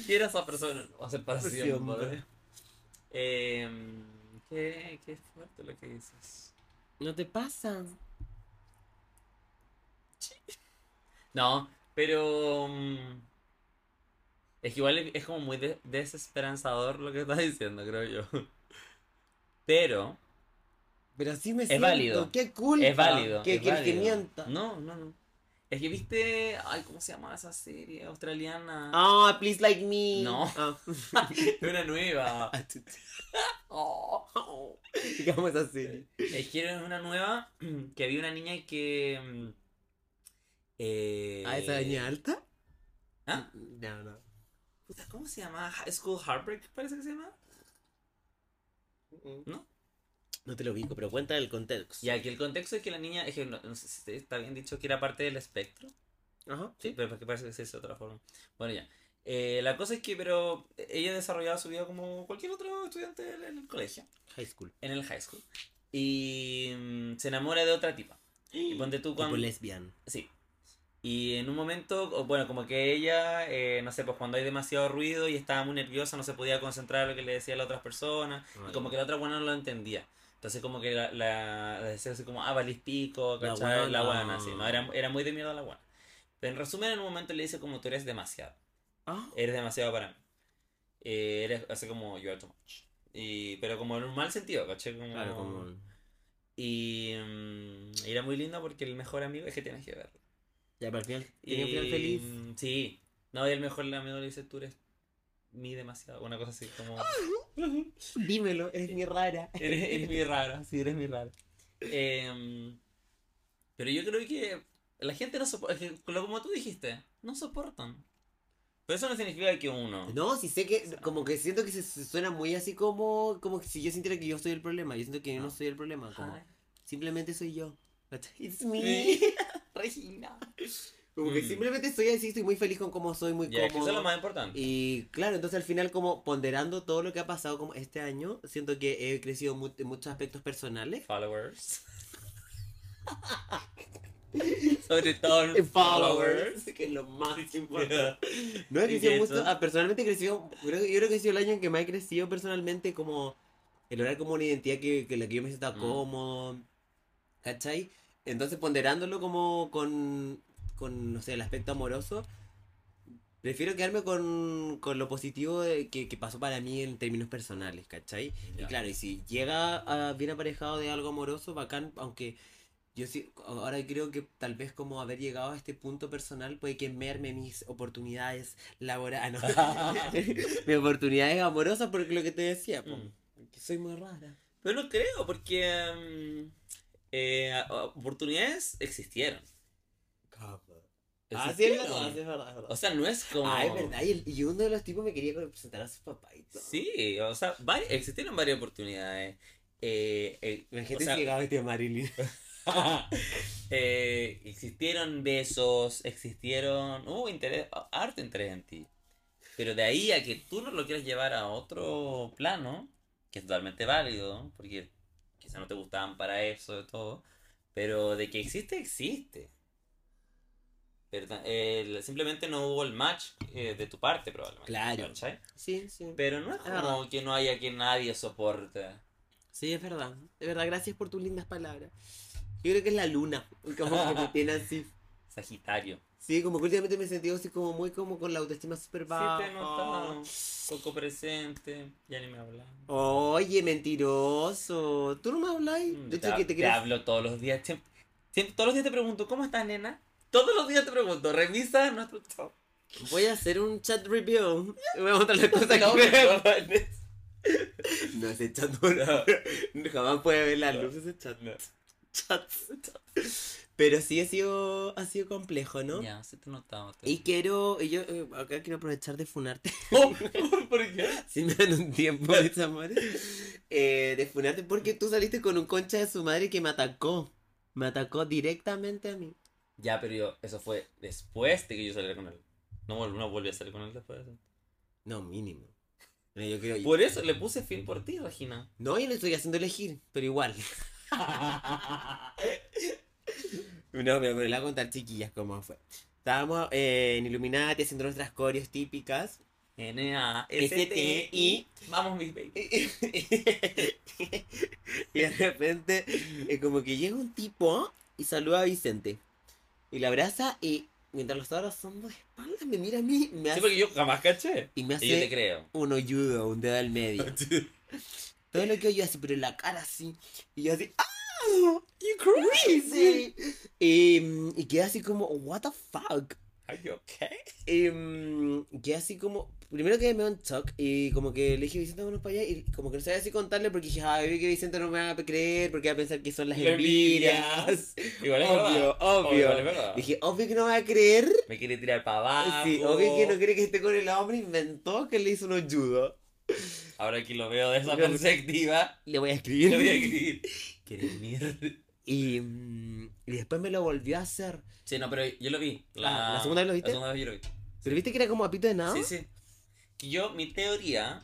Speaker 1: Quiera esa persona. Va a ser para
Speaker 2: Para
Speaker 1: siempre.
Speaker 2: siempre.
Speaker 1: Em, qué, qué fuerte lo que dices.
Speaker 2: ¿No te pasa?
Speaker 1: No, pero. mm, Es que igual es- es como muy de- desesperanzador lo que estás diciendo, creo yo. Pero.
Speaker 2: Pero así me siento.
Speaker 1: válido.
Speaker 2: Qué culpa.
Speaker 1: Es válido.
Speaker 2: Que,
Speaker 1: es
Speaker 2: que el que
Speaker 1: válido.
Speaker 2: mienta.
Speaker 1: No, no, no. Es que viste. Ay, ¿cómo se llama esa serie australiana?
Speaker 2: Ah, please like me.
Speaker 1: No.
Speaker 2: Ah.
Speaker 1: Una nueva. Oh.
Speaker 2: Digamos así.
Speaker 1: Es que era una nueva que había una niña que. mm, Eh...
Speaker 2: ¿A esa niña alta?
Speaker 1: ¿Ah?
Speaker 2: No, no.
Speaker 1: Puta, ¿Cómo se llama? High School Heartbreak, parece que se llama.
Speaker 2: Mm.
Speaker 1: ¿No?
Speaker 2: No te lo ubico, pero cuenta el contexto.
Speaker 1: Y aquí el contexto es que la niña. Es que no, no sé si te- está bien dicho que era parte del espectro.
Speaker 2: Ajá.
Speaker 1: Sí, pero que parece que se dice de otra forma. Bueno, ya. Eh, la cosa es que, pero ella desarrollaba su vida como cualquier otro estudiante en el colegio,
Speaker 2: High school.
Speaker 1: en el high school. Y mm, se enamora de otra tipa. Y ponte tú
Speaker 2: Tipo
Speaker 1: cuando.
Speaker 2: lesbian.
Speaker 1: Sí. Y en un momento, o bueno, como que ella, eh, no sé, pues cuando hay demasiado ruido y estaba muy nerviosa, no se podía concentrar en lo que le decía la otra persona, y como que la otra buena no lo entendía. Entonces como que la, la, la decía así como, ah, valis pico,
Speaker 2: La
Speaker 1: ¿cachai? La
Speaker 2: guana.
Speaker 1: buena, sí, no, era, era muy de miedo la buena. Pero en resumen, en un momento le dice como, tú eres demasiado,
Speaker 2: Ah.
Speaker 1: eres demasiado para mí. Eh, eres así como, you are too much. Y, pero como en un mal sentido, ¿cachai? Como...
Speaker 2: Claro, como.
Speaker 1: Y mm, era muy lindo porque el mejor amigo es que tienes que ver
Speaker 2: Ya, pero al final. Tenía un final feliz.
Speaker 1: Mm, Sí. No, y el mejor amigo le dice, tú eres mi demasiado. Una cosa así como...
Speaker 2: Dímelo, eres mi rara.
Speaker 1: Eres, eres mi raro, sí, eres mi raro. Em, pero yo creo que la gente no soporta, como tú dijiste, no soportan. Pero eso no significa que uno...
Speaker 2: No, sí sé que, como que siento que se, se suena muy así como, como que si yo sintiera que yo soy el problema, yo siento que yo no
Speaker 1: Ah.
Speaker 2: soy el problema, como,
Speaker 1: Ay,
Speaker 2: simplemente soy yo. ¿cachai? It's me.
Speaker 1: Sí. Regina.
Speaker 2: Como que
Speaker 1: Mm.
Speaker 2: simplemente soy así, estoy muy feliz con cómo soy, muy
Speaker 1: Ya, que eso es
Speaker 2: cómodo.
Speaker 1: lo más importante.
Speaker 2: Y claro, entonces al final como ponderando todo lo que ha pasado como este año, siento que he crecido mu- en muchos aspectos personales.
Speaker 1: Followers. Sobre todo en
Speaker 2: En Followers, que es lo más importante. No he
Speaker 1: Sí,
Speaker 2: crecido
Speaker 1: que
Speaker 2: mucho,
Speaker 1: eso-
Speaker 2: ah, personalmente he crecido, creo, que- yo creo que ha sido el año en que más he crecido personalmente como el lograr como una identidad que, que la que yo me sienta
Speaker 1: Mm.
Speaker 2: cómodo, ¿cachai? Entonces ponderándolo como con, con, no sé, el aspecto amoroso, prefiero quedarme con, con lo positivo de- que, que pasó para mí en términos personales, ¿cachai? Y
Speaker 1: Ya.
Speaker 2: claro, y si llega a- bien aparejado de algo amoroso, bacán, aunque yo sí, ahora creo que tal vez como haber llegado a este punto personal puede que merme mis oportunidades laborales, ah, no, mis oportunidades amorosas, porque lo que te decía, po,
Speaker 1: Mm.
Speaker 2: que soy muy rara.
Speaker 1: Pero no creo, porque em, eh, a- a- oportunidades existieron.
Speaker 2: Así Ah, es,
Speaker 1: Existieron.
Speaker 2: verdad, así es verdad, es verdad.
Speaker 1: O sea, no es como...
Speaker 2: Ah, es verdad, y, el- y uno de los tipos me quería presentar a su papá y todo.
Speaker 1: Sí, o sea, vari- existieron varias oportunidades. Eh, eh, o
Speaker 2: Imagínate
Speaker 1: sea,
Speaker 2: si llegaba este Marilyn.
Speaker 1: eh, existieron besos, existieron. Hubo interés, harto interés en ti. Pero de ahí a que tú no lo quieras llevar a otro plano, que es totalmente válido, porque quizá no te gustaban para eso y todo, pero de que existe, existe. Pero ta- el- simplemente no hubo el match eh, de tu parte, probablemente.
Speaker 2: Claro.
Speaker 1: ¿cachai?
Speaker 2: Sí, sí.
Speaker 1: Pero no es
Speaker 2: Es verdad.
Speaker 1: como que no haya que nadie soporte.
Speaker 2: Sí, es verdad. Es verdad, gracias por tus lindas palabras. Yo creo que es la luna, como que me tiene así.
Speaker 1: Sagitario.
Speaker 2: Sí, como que últimamente me he sentido así como muy como con la autoestima súper
Speaker 1: Sí, te he
Speaker 2: baja.
Speaker 1: notado. Poco presente. Ya ni me hablaba.
Speaker 2: Oye, mentiroso. ¿Tú no me habláis?
Speaker 1: Mm,
Speaker 2: De
Speaker 1: te,
Speaker 2: hecho, que
Speaker 1: te
Speaker 2: te quiero...
Speaker 1: hablo todos los días. Siempre, siempre- todos los días te pregunto, ¿cómo estás, nena? Todos los días te pregunto, revisa nuestro top.
Speaker 2: Voy a hacer un chat review. Voy a mostrar las cosas que
Speaker 1: No,
Speaker 2: veo.
Speaker 1: no,
Speaker 2: No, ese chat no. Jamás puede ver la
Speaker 1: No.
Speaker 2: luz ese chat.
Speaker 1: no.
Speaker 2: Chat. Pero sí ha sido, ha sido complejo, ¿no?
Speaker 1: Ya, se te notaba. te-
Speaker 2: Y quiero, y yo eh, acá quiero aprovechar de funarte.
Speaker 1: Oh, ¿Por qué?
Speaker 2: Si me dan un tiempo, mis amores. Eh, de funarte porque tú saliste con un concha de su madre que me atacó. Me atacó directamente a mí.
Speaker 1: Ya, pero yo, eso fue después de que yo saliera con él. No, vol- no volví a salir con él después de eso.
Speaker 2: No, mínimo. No, yo creo-
Speaker 1: Por eso le puse fin por ti, Regina.
Speaker 2: No, yo le estoy haciendo elegir, pero igual. No, pero me lo voy a contar chiquillas cómo fue. Estábamos eh, en Illuminati haciendo nuestras coreos típicas.
Speaker 1: N-A-S-T-I. Vamos, mis baby.
Speaker 2: y de repente, eh, como que llega un tipo y saluda a Vicente. Y la abraza y mientras lo está abrazando de espaldas, me mira a mí me
Speaker 1: Sí,
Speaker 2: hace-
Speaker 1: porque yo jamás caché.
Speaker 2: y me
Speaker 1: Y yo te
Speaker 2: hace
Speaker 1: creo.
Speaker 2: un hoyudo, un dedo al medio. Todo lo que yo así, pero la cara así. Y yo así, ¡ah! ¡You crazy! Y, mm, y quedé así como, ¿What the fuck?
Speaker 1: Are you okay?
Speaker 2: Y mm, quedé así como, primero quedé medio en shock. Y como que le dije, Vicente, vámonos para allá. Y como que no sabía así contarle porque dije, ay, vi que Vicente no me va a creer porque va a pensar que son las
Speaker 1: La envidia.
Speaker 2: envidias.
Speaker 1: Igual es
Speaker 2: Obvio,
Speaker 1: verdad.
Speaker 2: obvio.
Speaker 1: Igual es verdad.
Speaker 2: Dije, obvio que no me va a creer.
Speaker 1: Me quiere tirar para abajo.
Speaker 2: Sí, obvio que no quiere que esté con el hombre. Inventó que le hizo un judo.
Speaker 1: Ahora que lo veo de esa
Speaker 2: Yo-
Speaker 1: perspectiva,
Speaker 2: Le voy a
Speaker 1: yo
Speaker 2: escribir.
Speaker 1: voy a escribir. Querés mierda.
Speaker 2: Y, mm, y después me lo volvió a hacer.
Speaker 1: Sí, no, pero yo lo vi.
Speaker 2: Ah, ¿la segunda vez lo viste?
Speaker 1: La segunda vez yo lo vi.
Speaker 2: Pero viste que era como a pito de nada.
Speaker 1: Sí, sí. Que yo, mi teoría,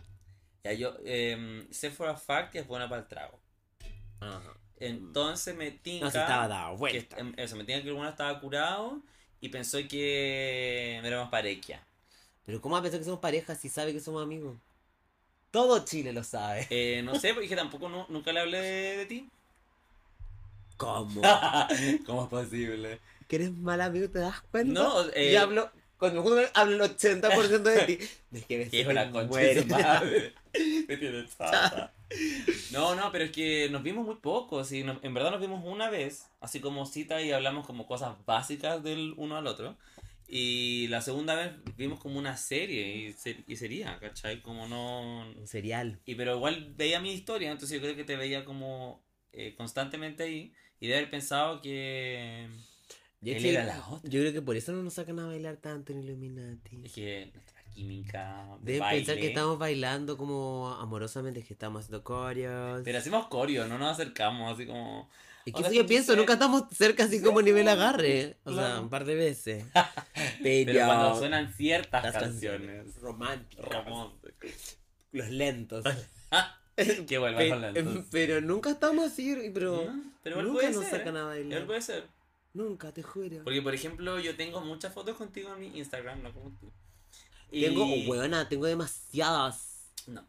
Speaker 1: ya yo em, sé for a fact que es buena para el trago. Entonces me tinca.
Speaker 2: No, se estaba dado
Speaker 1: que-
Speaker 2: vuelta.
Speaker 1: em, eso, me tinca que el bueno estaba curado y pensó que éramos pareja.
Speaker 2: Pero ¿cómo va a pensar que somos pareja si sabe que somos amigos? Todo Chile lo sabe.
Speaker 1: Eh, no sé, porque dije tampoco nu- nunca le hablé de, de ti.
Speaker 2: ¿Cómo?
Speaker 1: ¿Cómo es posible?
Speaker 2: ¿Que eres mal amigo? ¿Te das cuenta?
Speaker 1: No, eh,
Speaker 2: Yo hablo, cuando me junto, hablo el 80% de ti. Es que me
Speaker 1: Que hijo de la
Speaker 2: me
Speaker 1: concha
Speaker 2: muero.
Speaker 1: de su madre. Me tiene chata. No, no, pero es que nos vimos muy poco. sí, nos- en verdad nos vimos una vez, así como cita y hablamos como cosas básicas del uno al otro. Y la segunda vez vimos como una serie y, se- y sería, ¿cachai? Como no.
Speaker 2: Un cereal.
Speaker 1: Y pero igual veía mi historia, entonces yo creo que te veía como eh, constantemente ahí y de haber pensado que
Speaker 2: Yo,
Speaker 1: Él
Speaker 2: creo-
Speaker 1: era la otra.
Speaker 2: yo creo que por eso no nos sacan a bailar tanto en Illuminati.
Speaker 1: es que nuestra química de
Speaker 2: Deben
Speaker 1: baile.
Speaker 2: pensar que estamos bailando como amorosamente, que estamos haciendo coreos.
Speaker 1: Pero hacemos coreo, no nos acercamos así como.
Speaker 2: Es
Speaker 1: O
Speaker 2: que
Speaker 1: sea,
Speaker 2: eso
Speaker 1: es
Speaker 2: yo
Speaker 1: que
Speaker 2: pienso,
Speaker 1: se-
Speaker 2: nunca estamos cerca así como nivel
Speaker 1: pues,
Speaker 2: agarre. O sea,
Speaker 1: claro.
Speaker 2: un par de veces.
Speaker 1: Pero cuando suenan ciertas
Speaker 2: las
Speaker 1: canciones.
Speaker 2: canciones románticas,
Speaker 1: Ramón.
Speaker 2: los lentos.
Speaker 1: que vuelva
Speaker 2: Pe-
Speaker 1: con la entonces.
Speaker 2: pero nunca estamos así, pero
Speaker 1: Mm, Pero igual
Speaker 2: nunca
Speaker 1: puede
Speaker 2: nos
Speaker 1: ser.
Speaker 2: sacan a
Speaker 1: Igual
Speaker 2: bailar.
Speaker 1: puede ser.
Speaker 2: Nunca, te juro.
Speaker 1: Porque, por ejemplo, yo tengo muchas fotos contigo en mi Instagram, no como tú. Y-
Speaker 2: Tengo, oh, huevona, tengo demasiadas.
Speaker 1: No.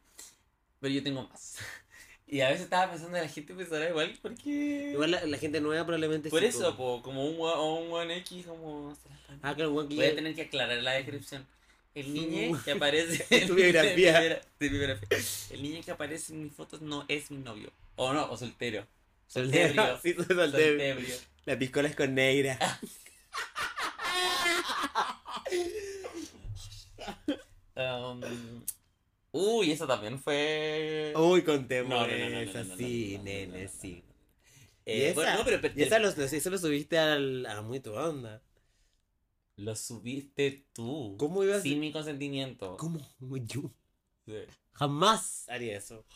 Speaker 1: Pero yo tengo más. Y a veces estaba pensando la gente pensará igual porque.
Speaker 2: Igual la, la gente nueva probablemente
Speaker 1: Por
Speaker 2: sí,
Speaker 1: eso, po, como un hua- o un one X, como. se la están-
Speaker 2: Ah, claro, weón, que
Speaker 1: Voy a
Speaker 2: ya-
Speaker 1: tener que aclarar la descripción. El niño
Speaker 2: Mm.
Speaker 1: que aparece
Speaker 2: En tu
Speaker 1: de
Speaker 2: biografía.
Speaker 1: mi biogra- de mi biografía. El niño que aparece en mis fotos no es mi novio. O no, o soltero.
Speaker 2: Soltero.
Speaker 1: Soltero.
Speaker 2: Sí, soy soltero.
Speaker 1: Soltero.
Speaker 2: La piscola es con negra.
Speaker 1: Um, uy, eso también fue.
Speaker 2: Uy, contemos
Speaker 1: no,
Speaker 2: Oh, esa,
Speaker 1: no,
Speaker 2: sí,
Speaker 1: no, no, no, no, no,
Speaker 2: nene,
Speaker 1: no,
Speaker 2: sí.
Speaker 1: no, no.
Speaker 2: Y
Speaker 1: Eh,
Speaker 2: esa-
Speaker 1: bueno, no, pero,
Speaker 2: Y esa lo, eso lo subiste al, a muy tu onda.
Speaker 1: lo subiste tú.
Speaker 2: ¿Cómo ibas?
Speaker 1: Sin mi consentimiento.
Speaker 2: ¿Cómo? Yo
Speaker 1: Sí.
Speaker 2: jamás haría eso.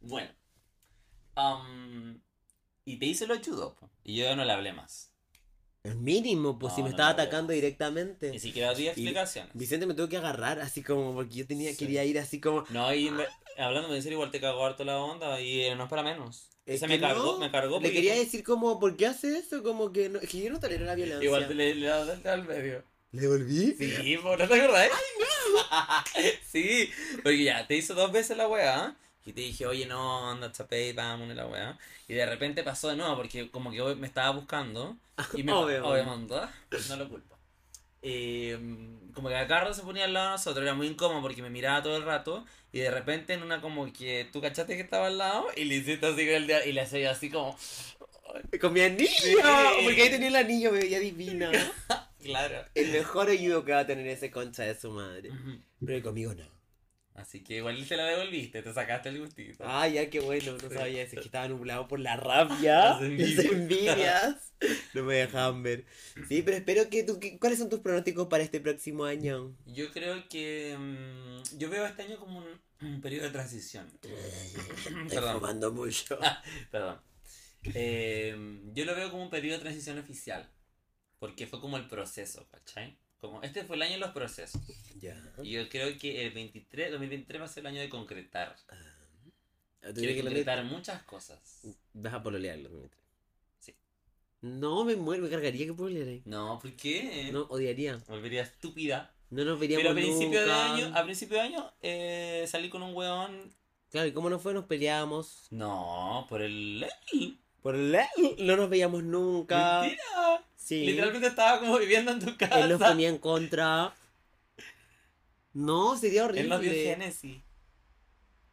Speaker 1: Bueno. Am, y te hice lo judo. po. Y yo no le hablé más.
Speaker 2: El mínimo, pues si
Speaker 1: No,
Speaker 2: me
Speaker 1: no,
Speaker 2: estaba
Speaker 1: no,
Speaker 2: atacando
Speaker 1: no.
Speaker 2: directamente.
Speaker 1: Ni siquiera di explicaciones.
Speaker 2: Vicente me tuvo que agarrar así como porque yo tenía
Speaker 1: Sí.
Speaker 2: quería ir así como
Speaker 1: No, y me- hablándome en serio, igual te cagó harto la onda. Y eh, no es para menos.
Speaker 2: Es
Speaker 1: Ese
Speaker 2: que
Speaker 1: me cargó,
Speaker 2: no,
Speaker 1: me cargó.
Speaker 2: le
Speaker 1: porque
Speaker 2: quería decir como ¿por qué hace eso? Como que no, es que yo no tolero la violencia.
Speaker 1: Igual te le, le daste al medio.
Speaker 2: ¿Le devolví?
Speaker 1: Sí, po, ¿no te acordás? ¡Ay, no! sí, porque ya, te hizo dos veces la weá. ¿eh? Y te dije, oye, no, anda, chapé, vámonos la weá. Y de repente pasó de nuevo, porque como que hoy me estaba buscando. Y me
Speaker 2: Obvio.
Speaker 1: obviamente, ah, no lo culpo. Eh, como que Carlos se ponía al lado de nosotros, era muy incómodo porque me miraba todo el rato. Y de repente en una como que tú cachaste que estaba al lado y le hiciste así con el dedo y le hacía así como...
Speaker 2: Con mi anillo, porque ahí tenía el anillo, me veía divina.
Speaker 1: Claro.
Speaker 2: El mejor ayudo que va a tener ese concha de su madre.
Speaker 1: Ujú.
Speaker 2: Pero conmigo no.
Speaker 1: Así que igual te la devolviste, te sacaste el gustito.
Speaker 2: Ah, ya, qué bueno, no
Speaker 1: Sí.
Speaker 2: sabía eso, es que estaba nublado por la rabia,
Speaker 1: Las
Speaker 2: las envidias.
Speaker 1: envidias.
Speaker 2: No me dejaban ver. Sí, pero espero que tú, que- ¿cuáles son tus pronósticos para este próximo año?
Speaker 1: Yo creo que. mm, yo veo este año como un, un periodo de transición.
Speaker 2: Estoy
Speaker 1: Perdón,
Speaker 2: fumando mucho.
Speaker 1: perdón. Eh, yo lo veo como un periodo de transición oficial. Porque fue como el proceso, ¿cachai? Como, este fue el año de los procesos.
Speaker 2: Ya.
Speaker 1: Y yo creo que el 23, 2023 va a ser el año de concretar.
Speaker 2: Ah,
Speaker 1: Quiero
Speaker 2: tú crees que Mm. lo
Speaker 1: concretar muchas cosas.
Speaker 2: Vas a pololearlo, Mitra.
Speaker 1: Sí.
Speaker 2: No, me muero, me cargaría que pololeara.
Speaker 1: No, ¿por qué?
Speaker 2: No, odiaría.
Speaker 1: Volvería estúpida.
Speaker 2: No nos veríamos
Speaker 1: Pero a principio de
Speaker 2: nunca.
Speaker 1: año, a principio de año eh, salí con un weón.
Speaker 2: Claro, y como no fue, nos peleábamos.
Speaker 1: No, por el.
Speaker 2: Por el... No nos veíamos nunca.
Speaker 1: Mentira.
Speaker 2: Sí.
Speaker 1: Literalmente estaba como viviendo en tu casa.
Speaker 2: Él nos ponía en contra. No, sería horrible.
Speaker 1: Él nos dio Génesis.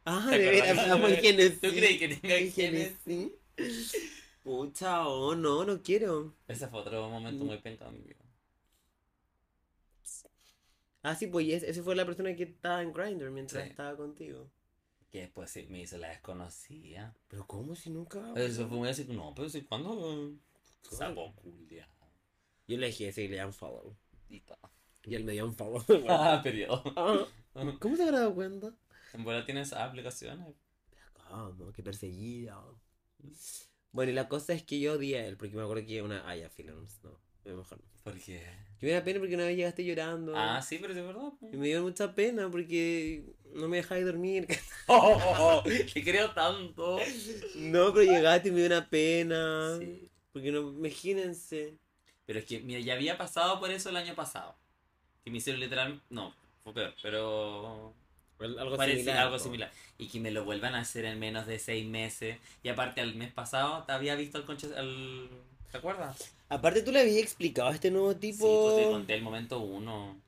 Speaker 2: Ah,
Speaker 1: ¿Te
Speaker 2: de
Speaker 1: acordás?
Speaker 2: veras, hablamos de Génesis.
Speaker 1: ¿Tú crees que tenga
Speaker 2: De
Speaker 1: Génesis?
Speaker 2: Génesis? Pucha, oh, no, no quiero.
Speaker 1: Ese fue otro momento muy penca en mi vida.
Speaker 2: Ah, sí, pues y es- esa fue la persona que estaba en Grindr mientras
Speaker 1: Sí.
Speaker 2: estaba contigo.
Speaker 1: Que después sí, me hizo la desconocida.
Speaker 2: Pero ¿cómo si nunca?
Speaker 1: Eso fue muy así, no, pero si cuando.
Speaker 2: Claro.
Speaker 1: Sapo culia.
Speaker 2: Yo le dije sí, le dan follow.
Speaker 1: Y todo.
Speaker 2: Y él me dio un follow.
Speaker 1: Ah, periodo.
Speaker 2: Ah, ¿Cómo se habrá dado cuenta?
Speaker 1: En bola tienes aplicaciones.
Speaker 2: ¿Cómo? Qué perseguida. Bueno, y la cosa es que yo odié a él, porque me acuerdo que una... Ah, ya, Films, no. Mejor no.
Speaker 1: ¿Por qué?
Speaker 2: Que me da pena porque una vez llegaste llorando.
Speaker 1: Ah, sí, pero de verdad. po.
Speaker 2: Y me dio mucha pena porque no me dejabas dormir.
Speaker 1: Oh, oh, oh, Te creo tanto.
Speaker 2: No, pero llegaste y me dio una pena.
Speaker 1: Sí.
Speaker 2: Porque no, imagínense.
Speaker 1: Pero es que, mira, ya había pasado por eso el año pasado. Que me hicieron literal. No, fue peor, pero.
Speaker 2: Al- Algo
Speaker 1: Parece
Speaker 2: similar.
Speaker 1: algo
Speaker 2: po.
Speaker 1: similar. Y que me lo vuelvan a hacer en menos de seis meses. Y aparte, al mes pasado te había visto el concha. al- ¿Te acuerdas?
Speaker 2: Aparte, tú le habías explicado a este nuevo
Speaker 1: Sí, pues, te
Speaker 2: tipo.
Speaker 1: conté el momento uno.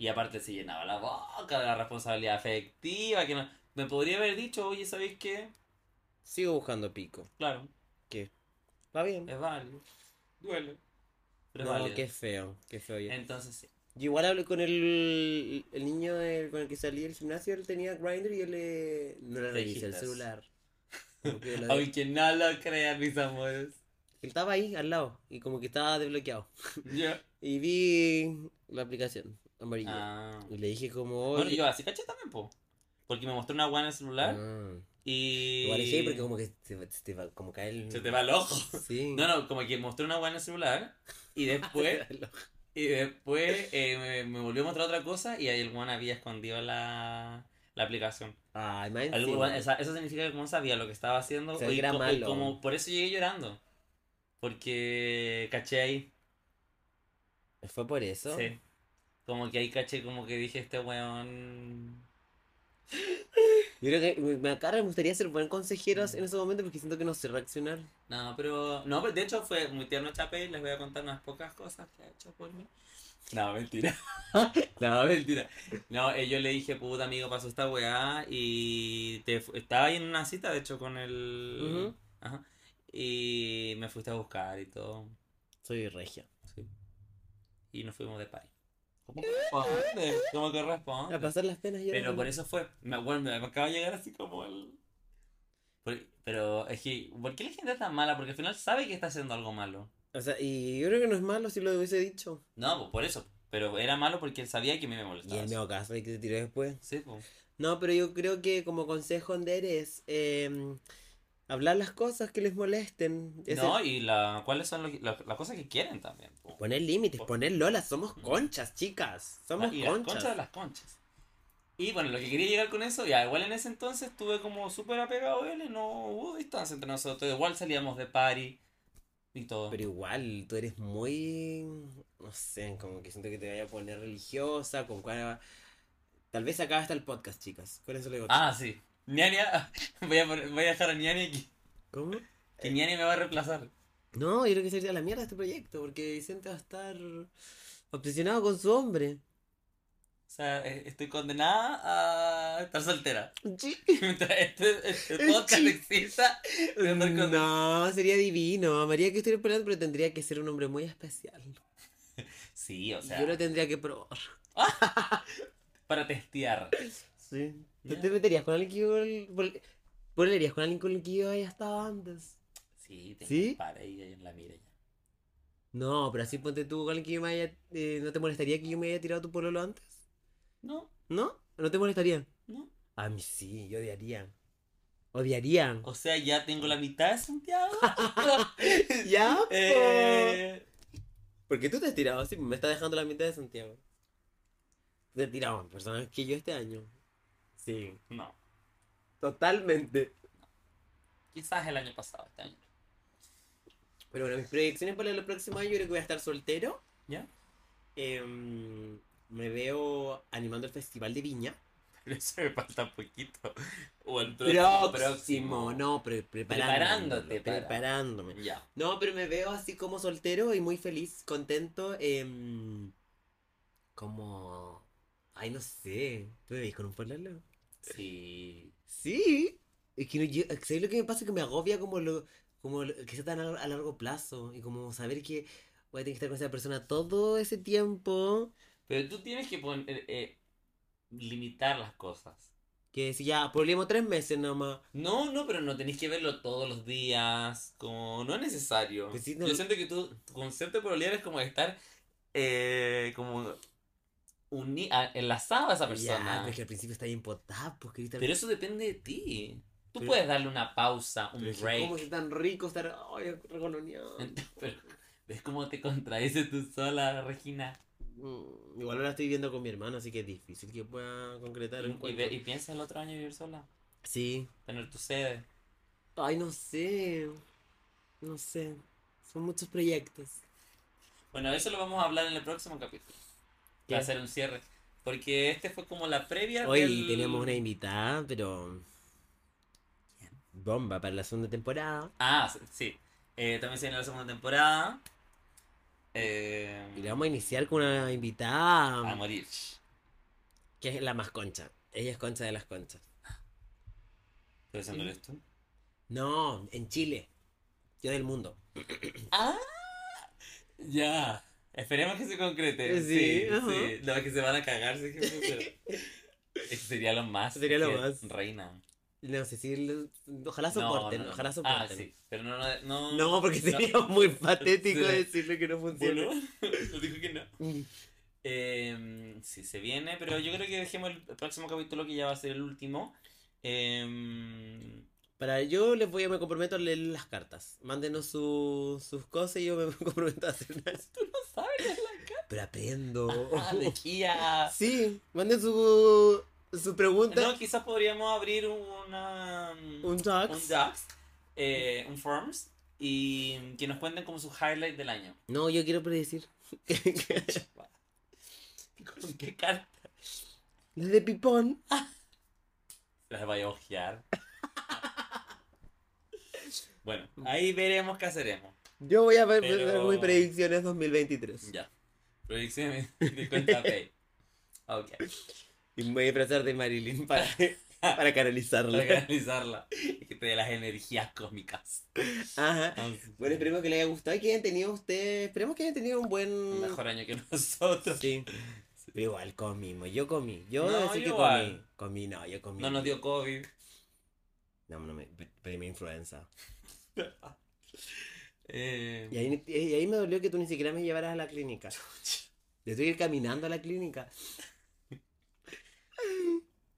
Speaker 1: Y aparte, se llenaba la boca de la responsabilidad afectiva. que no- Me podría haber dicho, oye, ¿sabéis qué?
Speaker 2: Sigo buscando pico.
Speaker 1: Claro,
Speaker 2: Está bien.
Speaker 1: es válido. Duele. Pero es
Speaker 2: no,
Speaker 1: válido.
Speaker 2: qué feo. Qué feo. ya.
Speaker 1: Entonces, sí.
Speaker 2: Yo igual hablé con el, el niño del- con el que salí del gimnasio. Él tenía Grindr y él le. No le revisé el
Speaker 1: Registas.
Speaker 2: celular. como que la-
Speaker 1: Aunque no lo crean, mis amores.
Speaker 2: Él estaba ahí, al lado, y como que estaba desbloqueado.
Speaker 1: Yo.
Speaker 2: Y vi la aplicación amarilla.
Speaker 1: Ah.
Speaker 2: Y le dije como,
Speaker 1: Bueno,
Speaker 2: oye,
Speaker 1: yo así caché también, po. Porque me mostró una guana en el celular
Speaker 2: ah.
Speaker 1: y.
Speaker 2: Igual dije, porque como que se, se te va, como cae el...
Speaker 1: Se te va el ojo.
Speaker 2: Sí.
Speaker 1: No, no, como que mostró una guana en el celular y después. y después eh, me, me volvió a mostrar otra cosa y ahí el guan había escondido la, la aplicación.
Speaker 2: Ay, más
Speaker 1: El
Speaker 2: encima.
Speaker 1: weón, esa- eso significa que el weón sabía lo que estaba haciendo.
Speaker 2: Sabía
Speaker 1: y
Speaker 2: que era
Speaker 1: co- y
Speaker 2: malo.
Speaker 1: como por eso llegué llorando. Porque caché ahí.
Speaker 2: ¿Fue por eso?
Speaker 1: Sí. Como que ahí caché, como que dije este weón.
Speaker 2: Yo creo que me, me acá me gustaría ser buen consejeros en ese momento porque siento que no sé reaccionar.
Speaker 1: No, pero. No, pero de hecho fue muy tierno Chape y les voy a contar unas pocas cosas que ha hecho por mí. No, mentira. no, mentira. No, eh, yo le dije, puta amigo, pasó esta weá y te fu- estaba ahí en una cita, de hecho, con el.
Speaker 2: Ujú.
Speaker 1: Ajá. Y me fuiste a buscar y todo.
Speaker 2: Soy regia.
Speaker 1: y nos fuimos de party. ¿Cómo corresponde? ¿Cómo corresponde?
Speaker 2: A pasar las penas yo
Speaker 1: Pero por eso fue. Me, bueno, me acaba de llegar así como el. Por- pero es que, ¿por qué la gente es tan mala? Porque al final sabe que está haciendo algo malo.
Speaker 2: O sea, y yo creo que no es malo si lo hubiese dicho.
Speaker 1: No, pues por eso. Pero era malo porque él sabía que a mí me
Speaker 2: Y
Speaker 1: molestaba.
Speaker 2: el nuevo caso hay que te tiró después.
Speaker 1: Sí, pues.
Speaker 2: No, pero yo creo que como consejo, Ander, es eh, hablar las cosas que les molesten. Es
Speaker 1: No,
Speaker 2: el-
Speaker 1: y la, cuáles son lo que- la- las cosas que quieren también. po.
Speaker 2: Poner límites, poner lolas. Somos conchas, chicas. Somos
Speaker 1: y las
Speaker 2: conchas.
Speaker 1: conchas de las conchas. Y bueno, lo que quería llegar con eso, ya igual en ese entonces estuve como súper apegado a él y no hubo distancia entre nosotros. Igual salíamos de party y todo.
Speaker 2: Pero igual, tú eres muy, no sé, como que siento que te vaya a poner religiosa, con cuál... Tal vez acá está el podcast, chicas. Con eso le digo
Speaker 1: Ah, sí. Ñaña, voy a, poner- voy a dejar a Ñaña aquí.
Speaker 2: todo. ¿Cómo? Eh.
Speaker 1: Que Ñaña me va a reemplazar.
Speaker 2: No, yo creo que se va a ir a la mierda este proyecto, porque Vicente va a estar obsesionado con su hombre.
Speaker 1: O sea, eh, estoy condenada a estar soltera.
Speaker 2: Sí.
Speaker 1: Mientras este, este podcast
Speaker 2: Sí.
Speaker 1: exista, voy a andar con-
Speaker 2: No, sería divino. Amaría que estuviera esperando, pero tendría que ser un hombre muy especial.
Speaker 1: Sí, o
Speaker 2: Y
Speaker 1: sea,
Speaker 2: yo lo tendría que probar.
Speaker 1: para testear.
Speaker 2: Sí. ¿Tú
Speaker 1: Ya.
Speaker 2: te meterías con alguien que yo... vol- volverías con alguien con el que yo haya estado antes?
Speaker 1: Sí, tengo
Speaker 2: ¿Sí?
Speaker 1: un par ahí ahí en la mira ya.
Speaker 2: No, pero así ponte tú con el que yo me haya. eh, ¿No te molestaría que yo me haya tirado tu pololo antes?
Speaker 1: No,
Speaker 2: ¿No? ¿No te molestaría?
Speaker 1: no.
Speaker 2: A mí sí, yo odiaría. Odiaría.
Speaker 1: O sea, ya tengo la mitad de Santiago.
Speaker 2: ¡Ya! Ah, po!
Speaker 1: Eh,
Speaker 2: ¿Por qué tú te has tirado así? Me está dejando la mitad de Santiago. Te he tirado más personas que yo este año. Sí.
Speaker 1: no,
Speaker 2: Totalmente.
Speaker 1: quizás el año pasado, este año.
Speaker 2: Pero bueno, mis proyecciones para el próximo año yo creo que voy a estar soltero.
Speaker 1: ¿Ya?
Speaker 2: Em, me veo animando el Festival de Viña.
Speaker 1: Pero eso me falta poquito. O el
Speaker 2: próximo,
Speaker 1: próximo.
Speaker 2: no, pre-
Speaker 1: Preparándote
Speaker 2: preparándome,
Speaker 1: para-
Speaker 2: preparándome.
Speaker 1: Ya.
Speaker 2: No, pero me veo así como soltero y muy feliz, contento, em, como, ay, no sé, ¿tú me veis con un pololo?
Speaker 1: Sí.
Speaker 2: Sí, es que no, yo- ¿sabes lo que me pasa? Que me agobia como lo, como lo- que sea tan a, a largo plazo y como saber que voy a tener que estar con esa persona todo ese tiempo,
Speaker 1: Pero tú tienes que poner, eh, eh, limitar las cosas.
Speaker 2: que si ya, problema tres meses nomás,
Speaker 1: No, no, pero no tenés que verlo todos los días. Como, no es necesario.
Speaker 2: Pues sí, no-
Speaker 1: Yo siento que tú, tu concepto de pololear es como estar eh, como uni- a- enlazado a esa
Speaker 2: ya,
Speaker 1: persona.
Speaker 2: porque al principio está bien potado, pues querida,
Speaker 1: Pero eso depende de ti. Tú
Speaker 2: Pero-
Speaker 1: puedes darle una pausa, un
Speaker 2: Pero es que
Speaker 1: break.
Speaker 2: ¿Cómo es tan rico estar ay, recoloniado?
Speaker 1: Pero, ¿Ves cómo te contradices tú sola, Regina?
Speaker 2: Mm, Igual ahora estoy viviendo con mi hermano, así que es difícil que pueda concretar un
Speaker 1: Y, y,
Speaker 2: cuento.
Speaker 1: ve- y piensa el otro año vivir sola.
Speaker 2: Sí.
Speaker 1: Tener tu sede.
Speaker 2: Ay, no sé. No sé. Son muchos proyectos.
Speaker 1: Bueno, eso lo vamos a hablar en el próximo capítulo.
Speaker 2: ¿Qué?
Speaker 1: Va a ser un cierre. Porque este fue como la previa.
Speaker 2: Hoy
Speaker 1: del-
Speaker 2: tenemos una invitada, pero. Bomba para la segunda temporada.
Speaker 1: Ah, sí, sí. Eh, también se viene la segunda temporada. Eh,
Speaker 2: Y la vamos a iniciar con una invitada
Speaker 1: a morir.
Speaker 2: que es la más concha. Ella es concha de las conchas.
Speaker 1: ¿Pero eso no eres tú?
Speaker 2: No, en Chile. Yo del mundo.
Speaker 1: ¡Ah! Ya. Esperemos que se concrete.
Speaker 2: Sí,
Speaker 1: Sí,
Speaker 2: ajá.
Speaker 1: sí. No, que se van a cagar, sí, que- pero- Eso sería lo más.
Speaker 2: Sería lo
Speaker 1: que-
Speaker 2: más.
Speaker 1: Reina.
Speaker 2: No sé si. lo- Ojalá soporten, ojalá soporten.
Speaker 1: Ah, sí. Pero no, no. No,
Speaker 2: No, porque sería muy patético
Speaker 1: Sí.
Speaker 2: decirle que no funciona.
Speaker 1: Bueno, lo dijo que no.
Speaker 2: Mm.
Speaker 1: Eh, sí, se viene, pero yo creo que dejemos el próximo capítulo que ya va a ser el último. Eh,
Speaker 2: Para yo les voy a me comprometo a leer las cartas. Mándenos su- sus cosas y yo me comprometo a hacer una.
Speaker 1: no sabes
Speaker 2: Pero aprendo.
Speaker 1: la Ah, de Kia.
Speaker 2: Sí, manden su, su pregunta.
Speaker 1: No, quizás podríamos abrir una,
Speaker 2: un tax.
Speaker 1: un Jax, eh, un Forms, y que nos cuenten como sus highlights del año.
Speaker 2: No, yo quiero predecir.
Speaker 1: ¿Con qué cartas
Speaker 2: las de Pipón.
Speaker 1: las vaya a ojear? bueno, ahí veremos qué haceremos.
Speaker 2: Yo voy a ver
Speaker 1: Pero-
Speaker 2: ver mis predicciones 2023.
Speaker 1: Ya. Proyección de cuenta Pay. Ok.
Speaker 2: Y me voy a disfrazar de Marilyn para, para canalizarla.
Speaker 1: Para canalizarla. Y que te dé las energías cósmicas.
Speaker 2: Ajá. Bueno, esperemos que les haya gustado y que hayan tenido ustedes. Esperemos que hayan tenido un buen.
Speaker 1: Mejor año que nosotros.
Speaker 2: Sí. Pero igual comimos, yo comí. Yo
Speaker 1: No,
Speaker 2: debo decir que
Speaker 1: igual.
Speaker 2: comí. Comí, no, yo comí.
Speaker 1: No nos dio COVID.
Speaker 2: No, no me. Pedí mi influenza.
Speaker 1: Eh,
Speaker 2: Y ahí, y ahí me dolió que tú ni siquiera me llevaras a la clínica. Yo tuve que ir caminando a la clínica.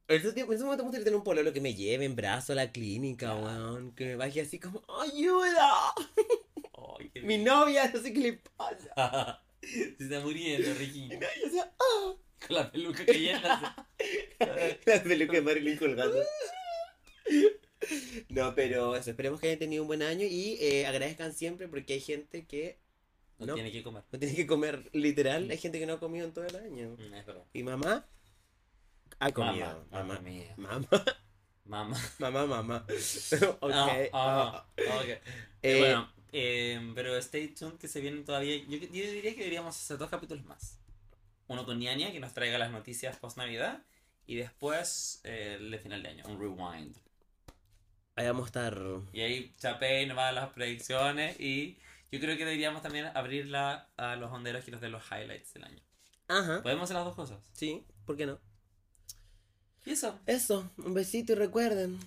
Speaker 2: En ese, tiempo, en ese momento me gustaría tener un pololo que me lleve en brazo a la clínica,
Speaker 1: Claro.
Speaker 2: weón. Que me baje así como, ¡ayuda!
Speaker 1: ay, qué
Speaker 2: Mi
Speaker 1: bien.
Speaker 2: novia, no sé qué le pasa.
Speaker 1: Se está muriendo,
Speaker 2: Y
Speaker 1: Regina.
Speaker 2: nadie, o sea, ¡ah!
Speaker 1: Con la peluca cayéndose.
Speaker 2: La peluca de Marilyn colgando. No, pero eso, esperemos que hayan tenido un buen año y eh, agradezcan siempre porque hay gente que
Speaker 1: No,
Speaker 2: No.
Speaker 1: tiene que comer.
Speaker 2: no tiene que comer literal, hay gente que no ha comido en todo el año.
Speaker 1: Mm, Es verdad.
Speaker 2: Y mamá ha comido.
Speaker 1: Mamá,
Speaker 2: Mamá,
Speaker 1: mamá mía.
Speaker 2: mamá,
Speaker 1: Mamá.
Speaker 2: mamá, mamá. Ok.
Speaker 1: Ah,
Speaker 2: ah,
Speaker 1: ah, ok.
Speaker 2: eh,
Speaker 1: bueno, eh, pero stay tuned que se vienen todavía. Yo, yo diría que deberíamos hacer dos capítulos más. Uno con Ñaña, que nos traiga las noticias post Navidad. Y después eh, el de final de año, un rewind.
Speaker 2: Ahí vamos a estar.
Speaker 1: Y ahí Chapey nos va a las predicciones. Y yo creo que deberíamos también abrirla a los honderos y los de los highlights del año.
Speaker 2: Ajá.
Speaker 1: Podemos hacer las dos cosas.
Speaker 2: Sí, ¿por qué no?
Speaker 1: Y eso.
Speaker 2: Eso, un besito y recuerden.